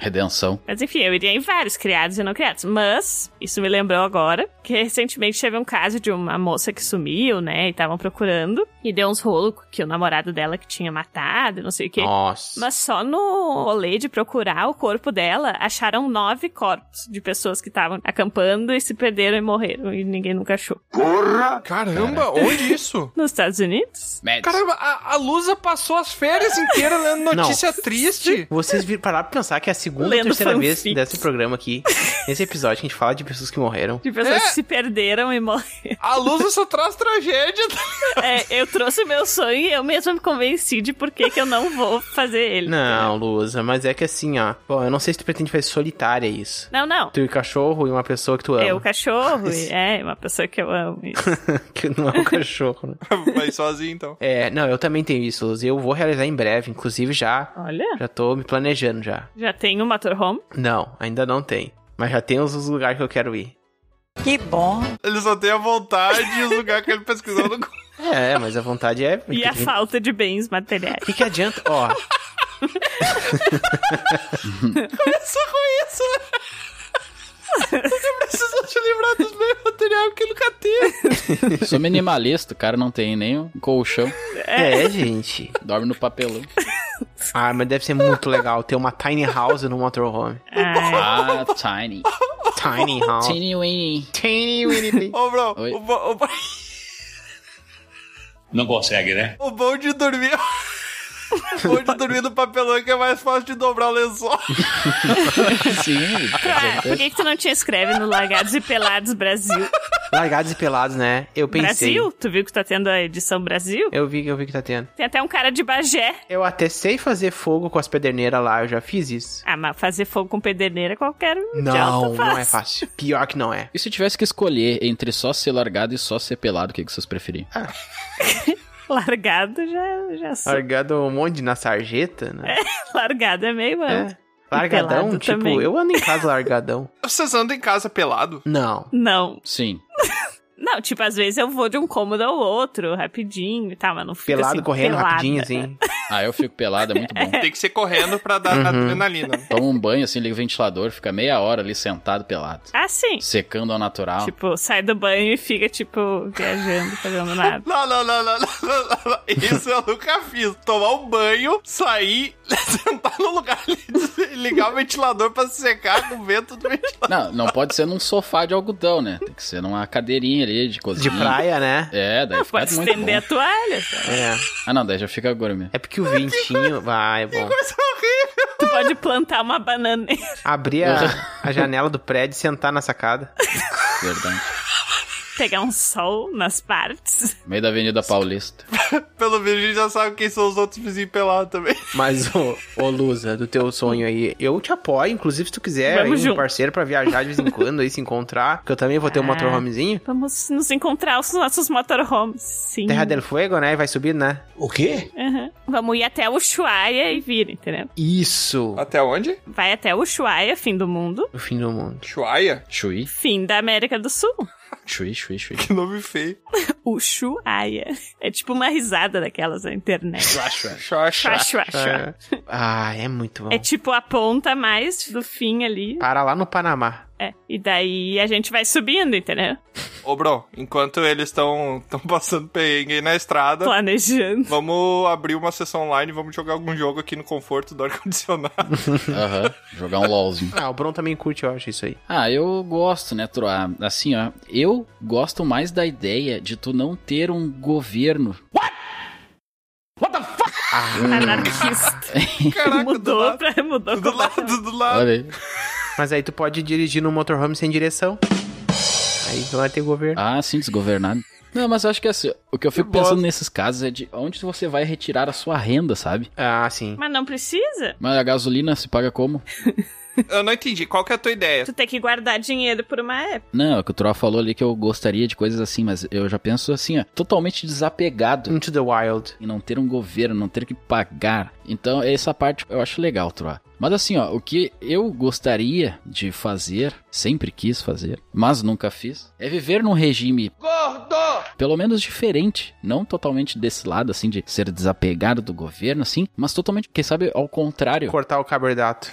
Speaker 5: Redenção.
Speaker 4: Mas enfim, eu iria em vários criados e não criados. Mas, isso me lembrou agora, que recentemente teve um caso de uma moça que sumiu, né? E estavam procurando. E deu uns rolos que o namorado dela que tinha matado, não sei o quê.
Speaker 2: Nossa.
Speaker 4: É. Mas só no rolê de procurar o corpo dela, acharam nove corpos de pessoas que estavam acampando e se perderam e morreram. E ninguém nunca achou.
Speaker 1: Porra! Caramba, onde isso?
Speaker 4: Nos Estados Unidos?
Speaker 1: Caramba, a, a Lusa passou as férias inteiras lendo notícia triste.
Speaker 2: Vocês viram parar pra pensar que é a segunda ou
Speaker 1: Lendo
Speaker 2: terceira
Speaker 1: fanfics.
Speaker 2: vez desse programa aqui, nesse episódio, que a gente fala de pessoas que morreram.
Speaker 4: De pessoas que se perderam e morreram.
Speaker 1: A Lusa só traz tragédia.
Speaker 4: É, eu tô trouxe o meu sonho e eu mesma me convenci de por que, que eu não vou fazer ele.
Speaker 2: Não, Lusa, mas é que assim, ó. Bom, eu não sei se tu pretende fazer solitária isso.
Speaker 4: Não, não.
Speaker 2: Tu e o cachorro e uma pessoa que tu ama.
Speaker 4: É o cachorro, e- é uma pessoa que eu amo. e-
Speaker 2: que não é o cachorro, né?
Speaker 1: Vai sozinho então.
Speaker 2: É, não, eu também tenho isso, Luz. e Eu vou realizar em breve, inclusive já.
Speaker 4: Olha.
Speaker 2: Já tô me planejando já.
Speaker 4: Já tem o motorhome?
Speaker 2: Não, ainda não tem. Mas já tem os os lugares que eu quero ir.
Speaker 4: Que bom.
Speaker 1: Ele só tem a vontade e o lugar que ele pesquisou no Google.
Speaker 2: É, mas a vontade é.
Speaker 4: E a falta de bens materiais.
Speaker 2: O que, que adianta? Ó.
Speaker 1: Começa com isso. Você precisa te livrar dos meus material que nunca teve.
Speaker 5: Sou minimalista, o cara não tem nem um colchão.
Speaker 2: É, gente.
Speaker 5: Dorme no papelão.
Speaker 2: Ah, mas deve ser muito legal ter uma tiny house no motorhome.
Speaker 5: Ah, tiny.
Speaker 2: Tiny house.
Speaker 5: Tiny weeny.
Speaker 2: Tiny weeny.
Speaker 1: Ô, bro,
Speaker 5: Oi.
Speaker 1: o, bo- o bo-
Speaker 24: Não consegue, né?
Speaker 1: o bom de dormir... O bom de dormir no papelão é que é mais fácil de dobrar o lençol.
Speaker 5: Sim,
Speaker 4: Claro, por que, que tu não te inscreve no Largados e Pelados Brasil?
Speaker 2: Largados e pelados, né? Eu pensei.
Speaker 4: Brasil? Tu viu que tá tendo a edição Brasil?
Speaker 2: Eu vi, eu vi que tá tendo.
Speaker 4: Tem até um cara de Bagé.
Speaker 2: Eu até sei fazer fogo com as pederneiras lá, eu já fiz isso.
Speaker 4: Ah, mas fazer fogo com pederneira qualquer um
Speaker 2: Não,
Speaker 4: idiota faz.
Speaker 2: não é fácil. Pior que não é.
Speaker 5: E se tivesse que escolher entre só ser largado e só ser pelado, o que que vocês preferiam?
Speaker 4: Largado já, já sou.
Speaker 2: Largado um monte na sarjeta, né?
Speaker 4: Largado é meio... É.
Speaker 2: Largadão,
Speaker 4: Pelado
Speaker 2: tipo,
Speaker 4: também.
Speaker 2: eu ando em casa largadão.
Speaker 1: Vocês andam em casa pelado?
Speaker 2: Não.
Speaker 4: Não.
Speaker 5: Sim.
Speaker 4: Não, tipo, às vezes eu vou de um cômodo ao outro, rapidinho e tal, mas não fica
Speaker 2: Pelado
Speaker 4: assim,
Speaker 2: correndo
Speaker 4: pelada.
Speaker 2: rapidinho, assim.
Speaker 5: Ah, eu fico pelado, é muito bom.
Speaker 1: Tem que ser correndo pra dar
Speaker 5: Uhum.
Speaker 1: adrenalina. né?
Speaker 5: Toma um banho, assim, liga o ventilador, fica meia hora ali sentado pelado.
Speaker 4: Ah, sim.
Speaker 5: Secando ao natural.
Speaker 4: Tipo, sai do banho e fica, tipo, viajando, fazendo nada.
Speaker 1: Não, não, não, não, não, não, não, não. Isso eu nunca fiz. Tomar um banho, sair, sentar no lugar, ligar o ventilador pra se secar com o vento do ventilador.
Speaker 5: Não, não pode ser num sofá de algodão, né? Tem que ser numa cadeirinha ali de cozinha.
Speaker 2: De praia, né?
Speaker 5: É, daí fica
Speaker 4: Pode
Speaker 5: muito
Speaker 4: estender
Speaker 5: bom.
Speaker 4: a toalha. sabe?
Speaker 2: É.
Speaker 5: Ah, não, daí já fica gourmet.
Speaker 2: É porque o ventinho. Vai, é bom.
Speaker 4: Tu pode plantar uma bananeira.
Speaker 2: Abrir a, a janela do prédio e sentar na sacada.
Speaker 5: Verdade.
Speaker 4: Pegar um sol nas partes.
Speaker 5: Meio da Avenida Paulista.
Speaker 1: Pelo menos a gente já sabe quem são os outros vizinhos pelados também.
Speaker 2: Mas, ô, ô Lusa, do teu sonho aí, eu te apoio. Inclusive, se tu quiser
Speaker 4: Vamos
Speaker 2: aí, um
Speaker 4: junto.
Speaker 2: parceiro pra viajar de vez em quando aí, se encontrar, que eu também vou ter um
Speaker 4: Ah.
Speaker 2: motorhomezinho.
Speaker 4: Vamos nos encontrar aos nossos motorhomes. Sim.
Speaker 2: Terra del Fuego, né? E vai subir, né?
Speaker 24: O quê?
Speaker 4: Uhum. Vamos ir até Ushuaia e vir, entendeu?
Speaker 2: Isso!
Speaker 1: Até onde?
Speaker 4: Vai até Ushuaia, fim do mundo,
Speaker 2: O fim do mundo.
Speaker 1: Chuaia?
Speaker 5: Chui,
Speaker 4: fim da América do Sul.
Speaker 5: chui, chui, chui.
Speaker 1: Que nome feio.
Speaker 4: Ushuaia. É tipo uma risada daquelas na internet.
Speaker 1: Chua, chua.
Speaker 4: Chua, chua, chua.
Speaker 2: Ah, é muito bom.
Speaker 4: É tipo a ponta mais do fim ali.
Speaker 2: Para lá no Panamá.
Speaker 4: É. E daí a gente vai subindo, entendeu?
Speaker 1: Ô, bro, enquanto eles estão tão passando perrengue aí na estrada,
Speaker 4: Planejando.
Speaker 1: vamos abrir uma sessão online, vamos jogar algum jogo aqui no conforto do ar-condicionado.
Speaker 5: Aham. Jogar um LOLzinho.
Speaker 2: Ah, o Bron também curte, eu acho, isso aí.
Speaker 5: Ah, eu gosto, né, Troá? Assim, ó, eu gosto mais da ideia de tu não ter um governo.
Speaker 4: Anarquista.
Speaker 1: Caraca, Hum. do
Speaker 4: mudou
Speaker 1: lado,
Speaker 4: pra, mudou
Speaker 1: do
Speaker 4: completamente.
Speaker 1: lado, do lado.
Speaker 5: Olha aí.
Speaker 2: Mas aí tu pode dirigir no motorhome sem direção. Aí tu vai ter governo.
Speaker 5: Ah, sim, desgovernado. Não, mas eu acho que assim, o que eu fico
Speaker 2: bosta.
Speaker 5: pensando nesses casos é de onde você vai retirar a sua renda, sabe?
Speaker 2: Ah, sim.
Speaker 4: Mas não precisa.
Speaker 5: Mas a gasolina se paga como?
Speaker 1: Eu não entendi, qual que é a tua ideia?
Speaker 4: Tu tem que guardar dinheiro por uma época.
Speaker 5: Não, é o que o Troá falou ali que eu gostaria de coisas assim, mas eu já penso assim, ó, totalmente desapegado.
Speaker 2: Into the Wild.
Speaker 5: E não ter um governo, não ter que pagar. Então, essa parte eu acho legal, Troá. Mas assim, ó, o que eu gostaria de fazer, sempre quis fazer, mas nunca fiz, é viver num regime
Speaker 22: Gordo!
Speaker 5: pelo menos diferente, não totalmente desse lado assim de ser desapegado do governo assim, mas totalmente, quem sabe, ao contrário.
Speaker 2: Cortar o carboidrato.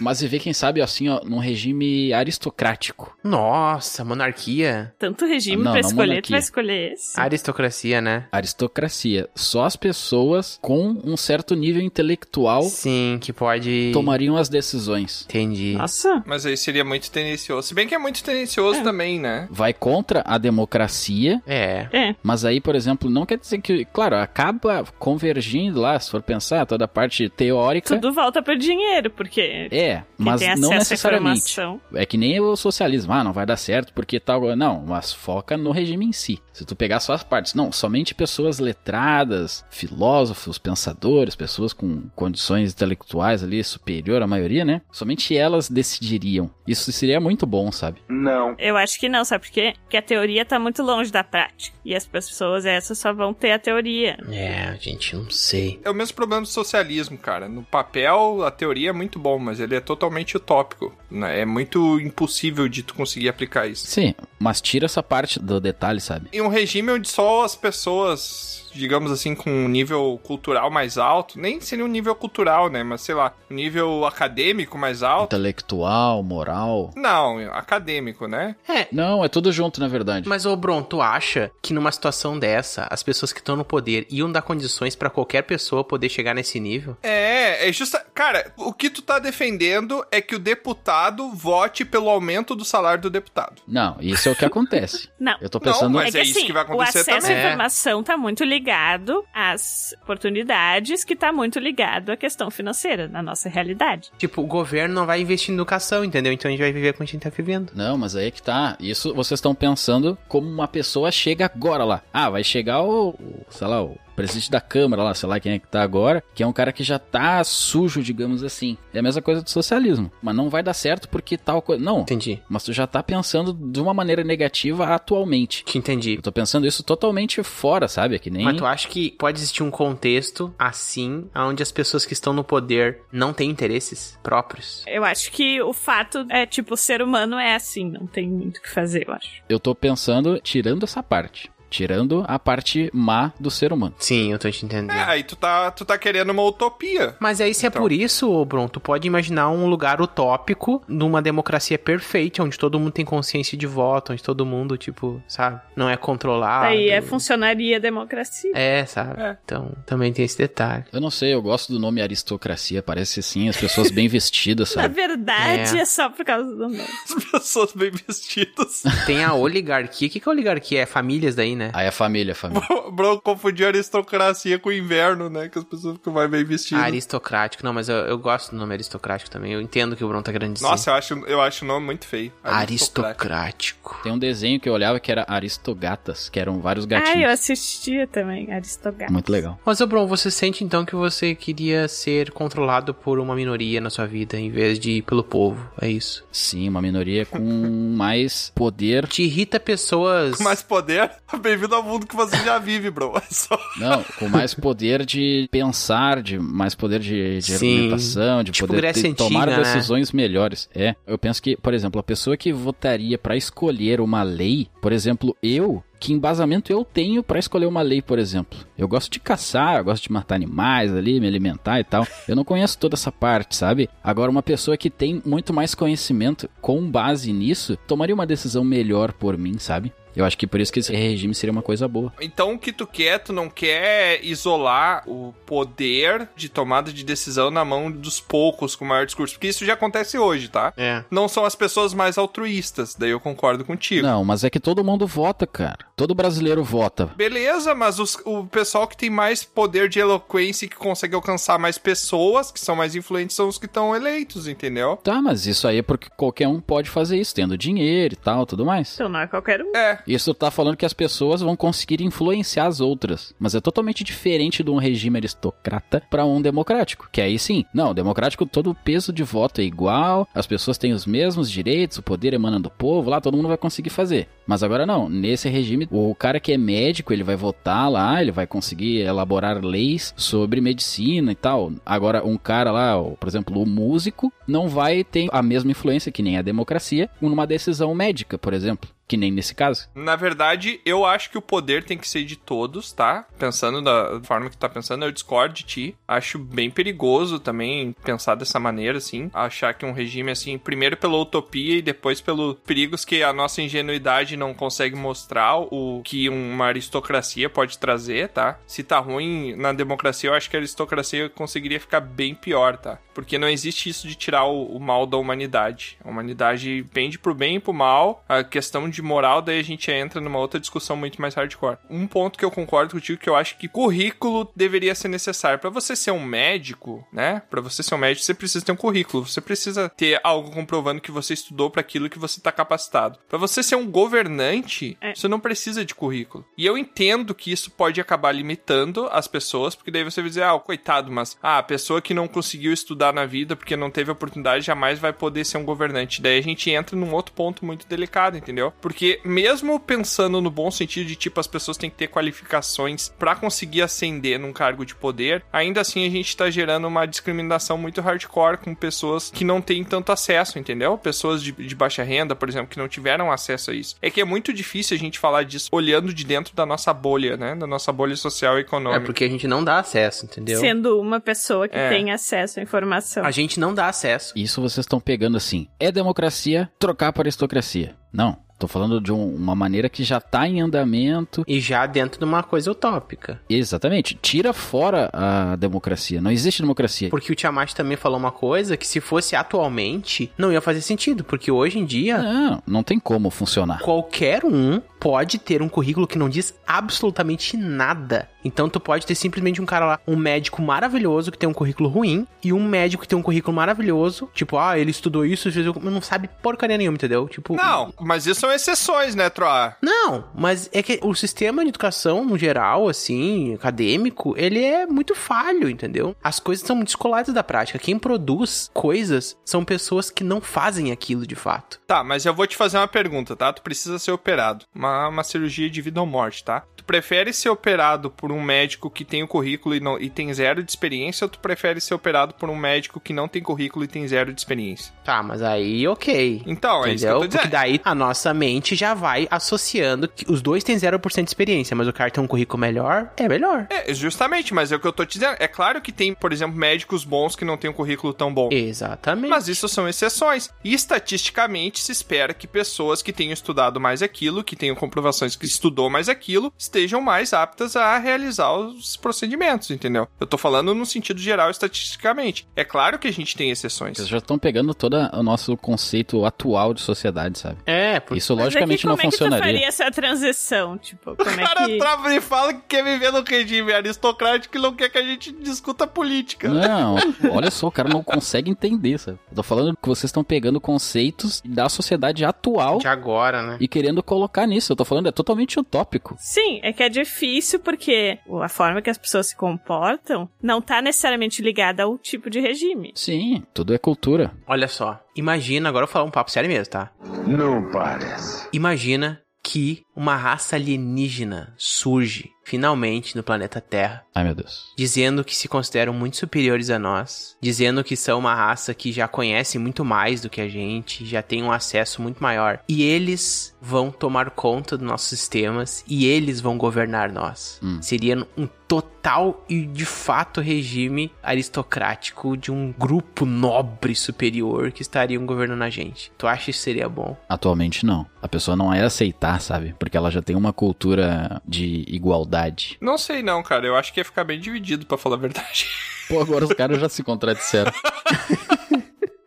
Speaker 5: Mas viver, quem sabe, assim, ó, num regime aristocrático.
Speaker 2: Nossa, monarquia.
Speaker 4: Tanto regime
Speaker 5: Não,
Speaker 4: pra
Speaker 5: não
Speaker 4: escolher, tu
Speaker 5: monarquia.
Speaker 4: vai escolher esse.
Speaker 2: Aristocracia, né?
Speaker 5: Aristocracia. Só as pessoas com um certo nível intelectual
Speaker 2: Sim, que pode.
Speaker 5: tomariam as decisões.
Speaker 2: Entendi.
Speaker 4: Nossa.
Speaker 1: Mas aí seria muito tendencioso. Se bem que é muito tendencioso também, né?
Speaker 5: Vai contra a democracia,
Speaker 2: É.
Speaker 4: É.
Speaker 5: mas aí, por exemplo, não quer dizer que, claro, acaba convergindo lá, se for pensar, toda a parte teórica.
Speaker 4: Tudo volta pro dinheiro, porque
Speaker 5: É, mas
Speaker 4: tem
Speaker 5: não
Speaker 4: acesso à
Speaker 5: necessariamente.
Speaker 4: informação.
Speaker 5: É que nem o socialismo, ah, não vai dar certo porque tal. Não, mas foca no regime em si. Se tu pegar só as partes, não, somente pessoas letradas, filósofos, pensadores, pessoas com condições intelectuais ali superior à maioria, né? Somente elas decidiriam. Isso seria muito bom, sabe?
Speaker 25: Não.
Speaker 4: Eu acho que não, sabe por quê? Porque a teoria tá muito longe da prática. E as pessoas essas só vão ter a teoria.
Speaker 9: É, gente, não sei.
Speaker 1: É o mesmo problema do socialismo, cara. No papel, a teoria é muito bom, mas ele é totalmente utópico. Né? É muito impossível de tu conseguir aplicar isso.
Speaker 5: Sim, mas tira essa parte do detalhe, sabe?
Speaker 1: Em um regime onde só as pessoas, digamos assim, com um nível cultural mais alto, nem seria um nível cultural, né? Mas sei lá, um nível acadêmico mais alto.
Speaker 5: Intelectual, moral.
Speaker 1: Não, acadêmico, né?
Speaker 2: É.
Speaker 5: Não, é tudo junto, na verdade.
Speaker 2: Mas, ô Bron, tu acha que numa situação dessa, as pessoas que estão no poder iam dar condições pra qualquer pessoa poder chegar nesse nível?
Speaker 1: É, é justa. Cara, o que tu tá defendendo é que o deputado vote pelo aumento do salário do deputado.
Speaker 5: Não, isso é o que acontece.
Speaker 4: Não.
Speaker 5: Eu tô pensando.
Speaker 1: Não, mas é isso
Speaker 4: assim,
Speaker 1: que vai acontecer
Speaker 4: o acesso
Speaker 1: também.
Speaker 4: à
Speaker 1: É.
Speaker 4: informação tá muito ligado às oportunidades que tá muito ligado à questão financeira, na nossa realidade.
Speaker 2: Tipo, o governo não vai investir em educação, entendeu? Então a gente vai viver como a gente tá vivendo.
Speaker 5: Não, mas aí é que tá. Isso vocês estão pensando como uma pessoa chega agora lá. Ah, vai chegar o, o, sei lá, o presidente da Câmara lá, sei lá quem é que tá agora, que é um cara que já tá sujo, digamos assim. É a mesma coisa do socialismo. Mas não vai dar certo porque tal coisa. Não.
Speaker 2: Entendi.
Speaker 5: Mas tu já tá pensando de uma maneira negativa atualmente.
Speaker 2: Te entendi.
Speaker 5: Eu tô pensando isso totalmente fora, sabe? É que nem.
Speaker 2: Mas tu acha que pode existir um contexto assim, onde as pessoas que estão no poder não têm interesses próprios?
Speaker 4: Eu acho que o fato é, tipo, o ser humano é assim, não tem muito o que fazer, eu acho.
Speaker 5: Eu tô pensando tirando essa parte. Tirando a parte má do ser humano.
Speaker 2: Sim, eu tô te entendendo.
Speaker 1: É, aí tu tá, tu tá querendo uma utopia.
Speaker 2: Mas aí, se é
Speaker 1: Então.
Speaker 2: por isso, ô Bron, tu pode imaginar um lugar utópico numa democracia perfeita, onde todo mundo tem consciência de voto, onde todo mundo, tipo, sabe, não é
Speaker 5: Ah,
Speaker 2: controlado.
Speaker 4: Aí é, funcionaria a democracia.
Speaker 2: É, sabe?
Speaker 1: É.
Speaker 2: Então, também tem esse detalhe.
Speaker 5: Eu não sei, eu gosto do nome aristocracia. Parece assim, as pessoas bem vestidas,
Speaker 4: Na
Speaker 5: sabe?
Speaker 4: verdade,
Speaker 2: É.
Speaker 4: é. só por causa do nome.
Speaker 1: As pessoas bem vestidas.
Speaker 2: Tem a oligarquia. O que, que é oligarquia? É famílias daí, né?
Speaker 5: Aí a família, a família.
Speaker 1: O Bro confundiu aristocracia com inverno, né? Que as pessoas ficam mais bem vestidas.
Speaker 2: Aristocrático. Não, mas eu, eu gosto do nome aristocrático também. Eu entendo que o Bron tá grande
Speaker 1: Nossa, é eu acho, eu acho o nome muito feio. Aristocrata.
Speaker 2: aristocrático.
Speaker 5: Tem um desenho que eu olhava que era Aristogatas, que eram vários
Speaker 4: Ah, eu
Speaker 5: gatinhos.
Speaker 4: assistia também, Aristogato.
Speaker 5: Muito legal.
Speaker 2: Mas, ô Bron, você sente então que você queria ser controlado por uma minoria na sua vida, em vez de pelo povo. É isso.
Speaker 5: Sim, uma minoria com mais poder.
Speaker 2: Te irrita pessoas.
Speaker 1: Com mais poder, bem-vindo ao mundo que você já vive, bro. É só
Speaker 5: Não, com mais poder de pensar, de mais poder de, de
Speaker 2: Sim.
Speaker 5: argumentação, de
Speaker 2: Tipo
Speaker 5: poder
Speaker 2: Grécia
Speaker 5: ter- tomar
Speaker 2: Antiga, né?
Speaker 5: decisões melhores. É, eu penso que, por exemplo, a pessoa que votaria pra escolher uma lei, por exemplo, eu, que embasamento eu tenho pra escolher uma lei, por exemplo? Eu gosto de caçar, eu gosto de matar animais ali, me alimentar e tal. Eu não conheço toda essa parte, sabe? Agora, uma pessoa que tem muito mais conhecimento com base nisso, tomaria uma decisão melhor por mim, sabe? Eu acho que por isso que esse regime seria uma coisa boa.
Speaker 1: Então o que tu quer, tu não quer isolar o poder de tomada de decisão na mão dos poucos com maior discurso. Porque isso já acontece hoje, tá?
Speaker 2: É.
Speaker 1: Não são as pessoas mais altruístas, daí eu concordo contigo.
Speaker 5: Não, mas é que todo mundo vota, cara. Todo brasileiro vota.
Speaker 1: Beleza, mas os- o pessoal que tem mais poder de eloquência e que consegue alcançar mais pessoas, que são mais influentes, são os que estão eleitos, entendeu?
Speaker 5: Tá, mas isso aí é porque qualquer um pode fazer isso, tendo dinheiro e tal, tudo mais.
Speaker 4: Então não é qualquer um.
Speaker 1: É,
Speaker 5: Isso tá falando que as pessoas vão conseguir influenciar as outras, mas é totalmente diferente de um regime aristocrata pra um democrático, que aí sim, não, democrático todo o peso de voto é igual, as pessoas têm os mesmos direitos, o poder emana do povo, lá todo mundo vai conseguir fazer. Mas agora não, nesse regime, o cara que é médico, ele vai votar lá, ele vai conseguir elaborar leis sobre medicina e tal. Agora, um cara lá, o- por exemplo, o músico, não vai ter a mesma influência que nem a democracia numa decisão médica, por exemplo, que nem nesse caso.
Speaker 1: Na verdade, eu acho que o poder tem que ser de todos, tá? Pensando da forma que tu tá pensando, eu discordo de ti. Acho bem perigoso também pensar dessa maneira, assim. Achar que um regime, assim, primeiro pela utopia e depois pelos perigos que a nossa ingenuidade não consegue mostrar, o que uma aristocracia pode trazer, tá? Se tá ruim na democracia, eu acho que a aristocracia conseguiria ficar bem pior, tá? Porque não existe isso de tirar o, o mal da humanidade. A humanidade pende pro bem e pro mal. A questão de moral, daí a gente entra numa outra discussão muito mais hardcore. Um ponto que eu concordo contigo que eu acho que currículo deveria ser necessário. Pra você ser um médico, né? Pra você ser um médico, você precisa ter um currículo. Você precisa ter algo comprovando que você estudou pra aquilo que você tá capacitado. Pra você ser um governante, você não precisa de currículo. E eu entendo que isso pode acabar limitando as pessoas, porque daí você vai dizer, ah, coitado, mas ah, a pessoa que não conseguiu estudar na vida porque não teve oportunidade jamais vai poder ser um governante. Daí a gente entra num outro ponto muito delicado, entendeu? Porque mesmo pensando no bom sentido de tipo as pessoas têm que ter qualificações pra conseguir ascender num cargo de poder, ainda assim a gente tá gerando uma discriminação muito hardcore com pessoas que não têm tanto acesso, entendeu? Pessoas de, de baixa renda, por exemplo, que não tiveram acesso a isso. É que é muito difícil a gente falar disso olhando de dentro da nossa bolha, né? Da nossa bolha social e
Speaker 2: É
Speaker 1: econômica.
Speaker 2: porque a gente não dá acesso, entendeu?
Speaker 4: Sendo uma pessoa que
Speaker 5: É.
Speaker 4: tem acesso à informação.
Speaker 5: Ah,
Speaker 2: A gente não dá acesso.
Speaker 5: Isso vocês estão pegando assim. É democracia trocar para aristocracia. Não. Tô falando de um- uma maneira que já tá em andamento.
Speaker 2: E já dentro de uma coisa utópica.
Speaker 5: Exatamente. Tira fora a democracia. Não existe democracia.
Speaker 2: Porque o Tiamat também falou uma coisa que se fosse atualmente, não ia fazer sentido, porque hoje em dia...
Speaker 5: Não, não tem como funcionar.
Speaker 2: Qualquer um pode ter um currículo que não diz absolutamente nada. Então tu pode ter simplesmente um cara lá, um médico maravilhoso que tem um currículo ruim, e um médico que tem um currículo maravilhoso, tipo, ah, ele estudou isso, fez... o- mas não sabe porcaria nenhuma, entendeu? Tipo...
Speaker 1: Não, mas isso são exceções, né, Troa?
Speaker 2: Não, mas é que o sistema de educação, no geral, assim, acadêmico, ele é muito falho, entendeu? As coisas são descoladas da prática. Quem produz coisas são pessoas que não fazem aquilo de fato.
Speaker 1: Tá, mas eu vou te fazer uma pergunta, tá? Tu precisa ser operado. Uma, uma cirurgia de vida ou morte, tá? Tu prefere ser operado por um médico que tem o currículo e, não, e tem zero de experiência ou tu prefere ser operado por um médico que não tem currículo e tem zero de experiência?
Speaker 2: Tá, mas aí ok.
Speaker 1: Então, é isso que eu tô
Speaker 2: Porque daí a nossa mente já vai associando que os dois têm 0% de experiência, mas o cara tem um currículo melhor, é melhor.
Speaker 1: É, justamente, mas é o que eu tô te dizendo. É claro que tem, por exemplo, médicos bons que não têm um currículo tão bom.
Speaker 2: Exatamente.
Speaker 1: Mas isso são exceções. E estatisticamente se espera que pessoas que tenham estudado mais aquilo, que tenham comprovações que estudou mais aquilo, estejam mais aptas a realizar os procedimentos, entendeu? Eu tô falando no sentido geral, estatisticamente. É claro que a gente tem exceções.
Speaker 5: Vocês já estão pegando todo o nosso conceito atual de sociedade, sabe?
Speaker 2: É,
Speaker 5: Isso
Speaker 4: Mas
Speaker 5: logicamente
Speaker 4: aqui, como
Speaker 5: não
Speaker 4: é
Speaker 5: funcionaria.
Speaker 4: que tu faria essa transição? Tipo, como é
Speaker 1: cara
Speaker 4: que...
Speaker 1: trava e fala que quer viver num regime aristocrático e não quer que a gente discuta política.
Speaker 5: Não, olha só, o cara não consegue entender, sabe? Eu tô falando que vocês estão pegando conceitos da sociedade
Speaker 1: é
Speaker 5: atual. De
Speaker 2: agora, né?
Speaker 5: E querendo colocar nisso. Eu tô falando, é totalmente utópico.
Speaker 4: Sim, é que é difícil porque a forma que as pessoas se comportam não tá necessariamente ligada ao tipo de regime.
Speaker 5: Sim. Tudo é cultura.
Speaker 2: Olha só, imagina, agora eu vou falar um papo sério mesmo, tá? Não parece. Imagina que uma raça alienígena surge finalmente no planeta Terra.
Speaker 5: Ai, meu Deus.
Speaker 2: Dizendo que se consideram muito superiores a nós, dizendo que são uma raça que já conhece muito mais do que a gente, já tem um acesso muito maior. E eles vão tomar conta dos nossos sistemas e eles vão governar nós. Seria um total e de fato regime aristocrático de um grupo nobre superior que estariam governando a gente. Tu acha que isso seria bom?
Speaker 5: Atualmente não. A pessoa não é aceitar, sabe? Porque ela já tem uma cultura de igualdade.
Speaker 1: Não sei não, cara. Eu acho que ia ficar bem dividido, pra falar a verdade.
Speaker 5: Pô, agora os caras já se contradisseram.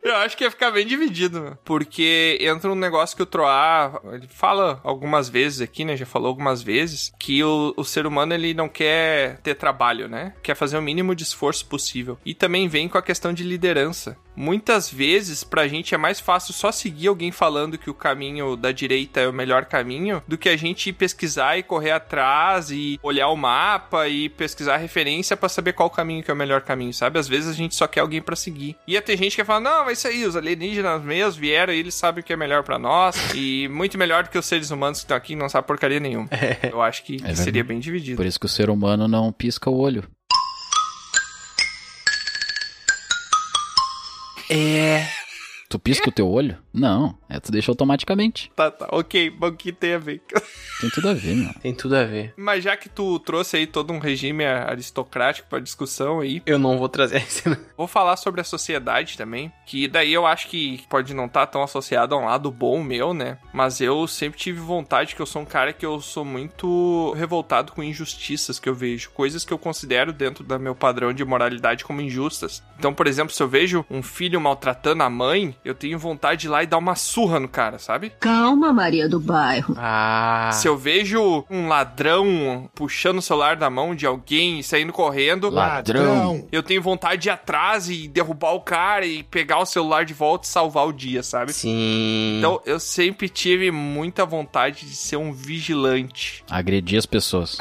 Speaker 1: Eu acho que ia ficar bem dividido, né? Porque entra um negócio que o Troá, ele fala algumas vezes aqui, né? Já falou algumas vezes, que o, o ser humano, ele não quer ter trabalho, né? Quer fazer o mínimo de esforço possível. E também vem com a questão de liderança. Muitas vezes, pra gente, é mais fácil só seguir alguém falando que o caminho da direita é o melhor caminho do que a gente pesquisar e correr atrás e olhar o mapa e pesquisar a referência pra saber qual caminho que é o melhor caminho, sabe? Às vezes a gente só quer alguém pra seguir. E ia ter gente que ia falar, não, mas isso aí, os alienígenas mesmo vieram e eles sabem o que é melhor pra nós e muito melhor do que os seres humanos que estão aqui e não sabem porcaria nenhuma. Eu acho que, que
Speaker 5: É. verdade.
Speaker 1: seria bem dividido.
Speaker 5: Por isso que o ser humano não pisca o olho.
Speaker 2: É.
Speaker 5: Tu pisca o teu olho? Não. É, tu deixa automaticamente.
Speaker 1: Tá, tá. Ok, mas o que tem a ver?
Speaker 5: Tem tudo a ver, meu.
Speaker 2: Tem tudo a ver.
Speaker 1: Mas já que tu trouxe aí todo um regime aristocrático pra discussão aí.
Speaker 2: Eu não vou trazer isso, não.
Speaker 1: Vou falar sobre a sociedade também. Que daí eu acho que pode não estar tão associado a um lado bom meu, né? Mas eu sempre tive vontade, que eu sou um cara que eu sou muito revoltado com injustiças que eu vejo. Coisas que eu considero dentro do meu padrão de moralidade como injustas. Então, por exemplo, se eu vejo um filho maltratando a mãe, eu tenho vontade de ir lá e dar uma surra no cara, sabe?
Speaker 24: Calma, Maria do Bairro.
Speaker 2: Ah.
Speaker 1: Se eu vejo um ladrão puxando o celular da mão de alguém e saindo correndo.
Speaker 5: Ladrão.
Speaker 1: Eu tenho vontade de ir atrás e derrubar o cara e pegar o celular de volta e salvar o dia, sabe?
Speaker 2: Sim.
Speaker 1: Então eu sempre tive muita vontade de ser um vigilante.
Speaker 5: Agredir as pessoas.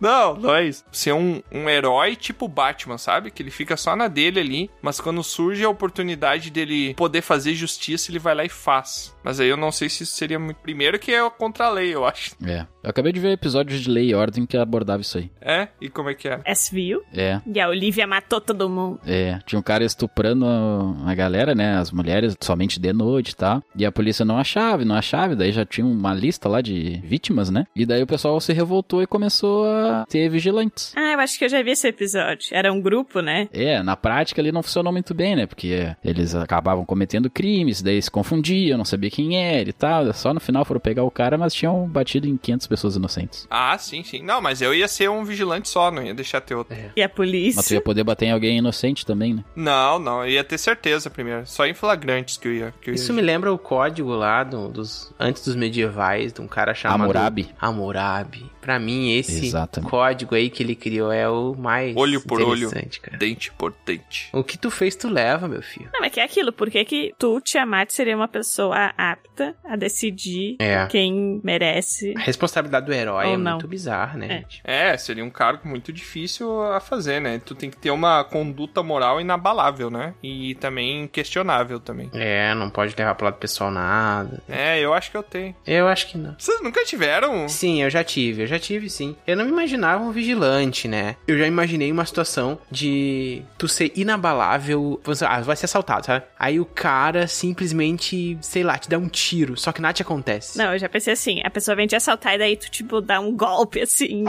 Speaker 1: Não, não é isso. Ser um, um herói tipo Batman, sabe? Que ele fica só na dele ali, mas quando surge a oportunidade dele poder fazer justiça, ele vai lá e faz. Mas aí eu não sei se isso seria muito. Primeiro que é contra a lei, eu acho.
Speaker 5: É. Eu acabei de ver episódios de Lei e Ordem que abordava isso aí.
Speaker 1: É? E como é que é?
Speaker 4: SVU?
Speaker 5: É.
Speaker 4: E a Olivia matou todo mundo.
Speaker 5: É. Tinha um cara estuprando a, a galera, né? As mulheres, somente de noite e tal. E a polícia não achava, não achava. Daí já tinha uma lista lá de vítimas, né? E daí o pessoal se revoltou e começou a ter vigilantes.
Speaker 4: Ah, eu acho que eu já vi esse episódio. Era um grupo, né?
Speaker 5: É, na prática ele não funcionou muito bem, né? Porque eles acabavam cometendo crimes, daí se confundiam, não sabia quem era e tal. Só no final foram pegar o cara, mas tinham batido em 500 pessoas inocentes.
Speaker 1: Ah, sim, sim. Não, mas eu ia ser um vigilante só, não ia deixar ter outro. É.
Speaker 4: E a polícia?
Speaker 5: Mas tu ia poder bater em alguém inocente também, né?
Speaker 1: Não, não. Eu ia ter certeza primeiro. Só em flagrantes que eu ia. Que eu
Speaker 2: Isso
Speaker 1: ia...
Speaker 2: me lembra o código lá do, dos antes dos medievais, de um cara chamado...
Speaker 5: Hammurabi.
Speaker 2: Hammurabi. Pra mim, esse
Speaker 5: Exatamente.
Speaker 2: código aí que ele criou é o mais
Speaker 1: Olho por olho,
Speaker 2: interessante, cara.
Speaker 1: dente por dente.
Speaker 2: O que tu fez, tu leva, meu filho.
Speaker 4: Não, mas que é aquilo. Por que que tu, Tiamat, seria uma pessoa apta a decidir
Speaker 2: É.
Speaker 4: quem merece?
Speaker 2: A responsabilidade do herói
Speaker 4: Ou
Speaker 2: é
Speaker 4: não.
Speaker 2: muito bizarra, né, gente?
Speaker 1: É, seria um cargo muito difícil a fazer, né? Tu tem que ter uma conduta moral inabalável, né? E também questionável também.
Speaker 2: É, não pode levar pro lado pessoal nada.
Speaker 1: É, eu acho que eu tenho.
Speaker 2: Eu acho que não.
Speaker 1: Vocês nunca tiveram?
Speaker 2: Sim, eu já tive, eu já tive sim. Eu não me imaginava um vigilante, né? Eu já imaginei uma situação de tu ser inabalável, você- ah, vai ser assaltado, sabe? Aí o cara simplesmente, sei lá, te dá um tiro, só que nada te acontece.
Speaker 4: Não, eu já pensei assim, a pessoa vem te assaltar e daí tu, tipo, dá um golpe, assim,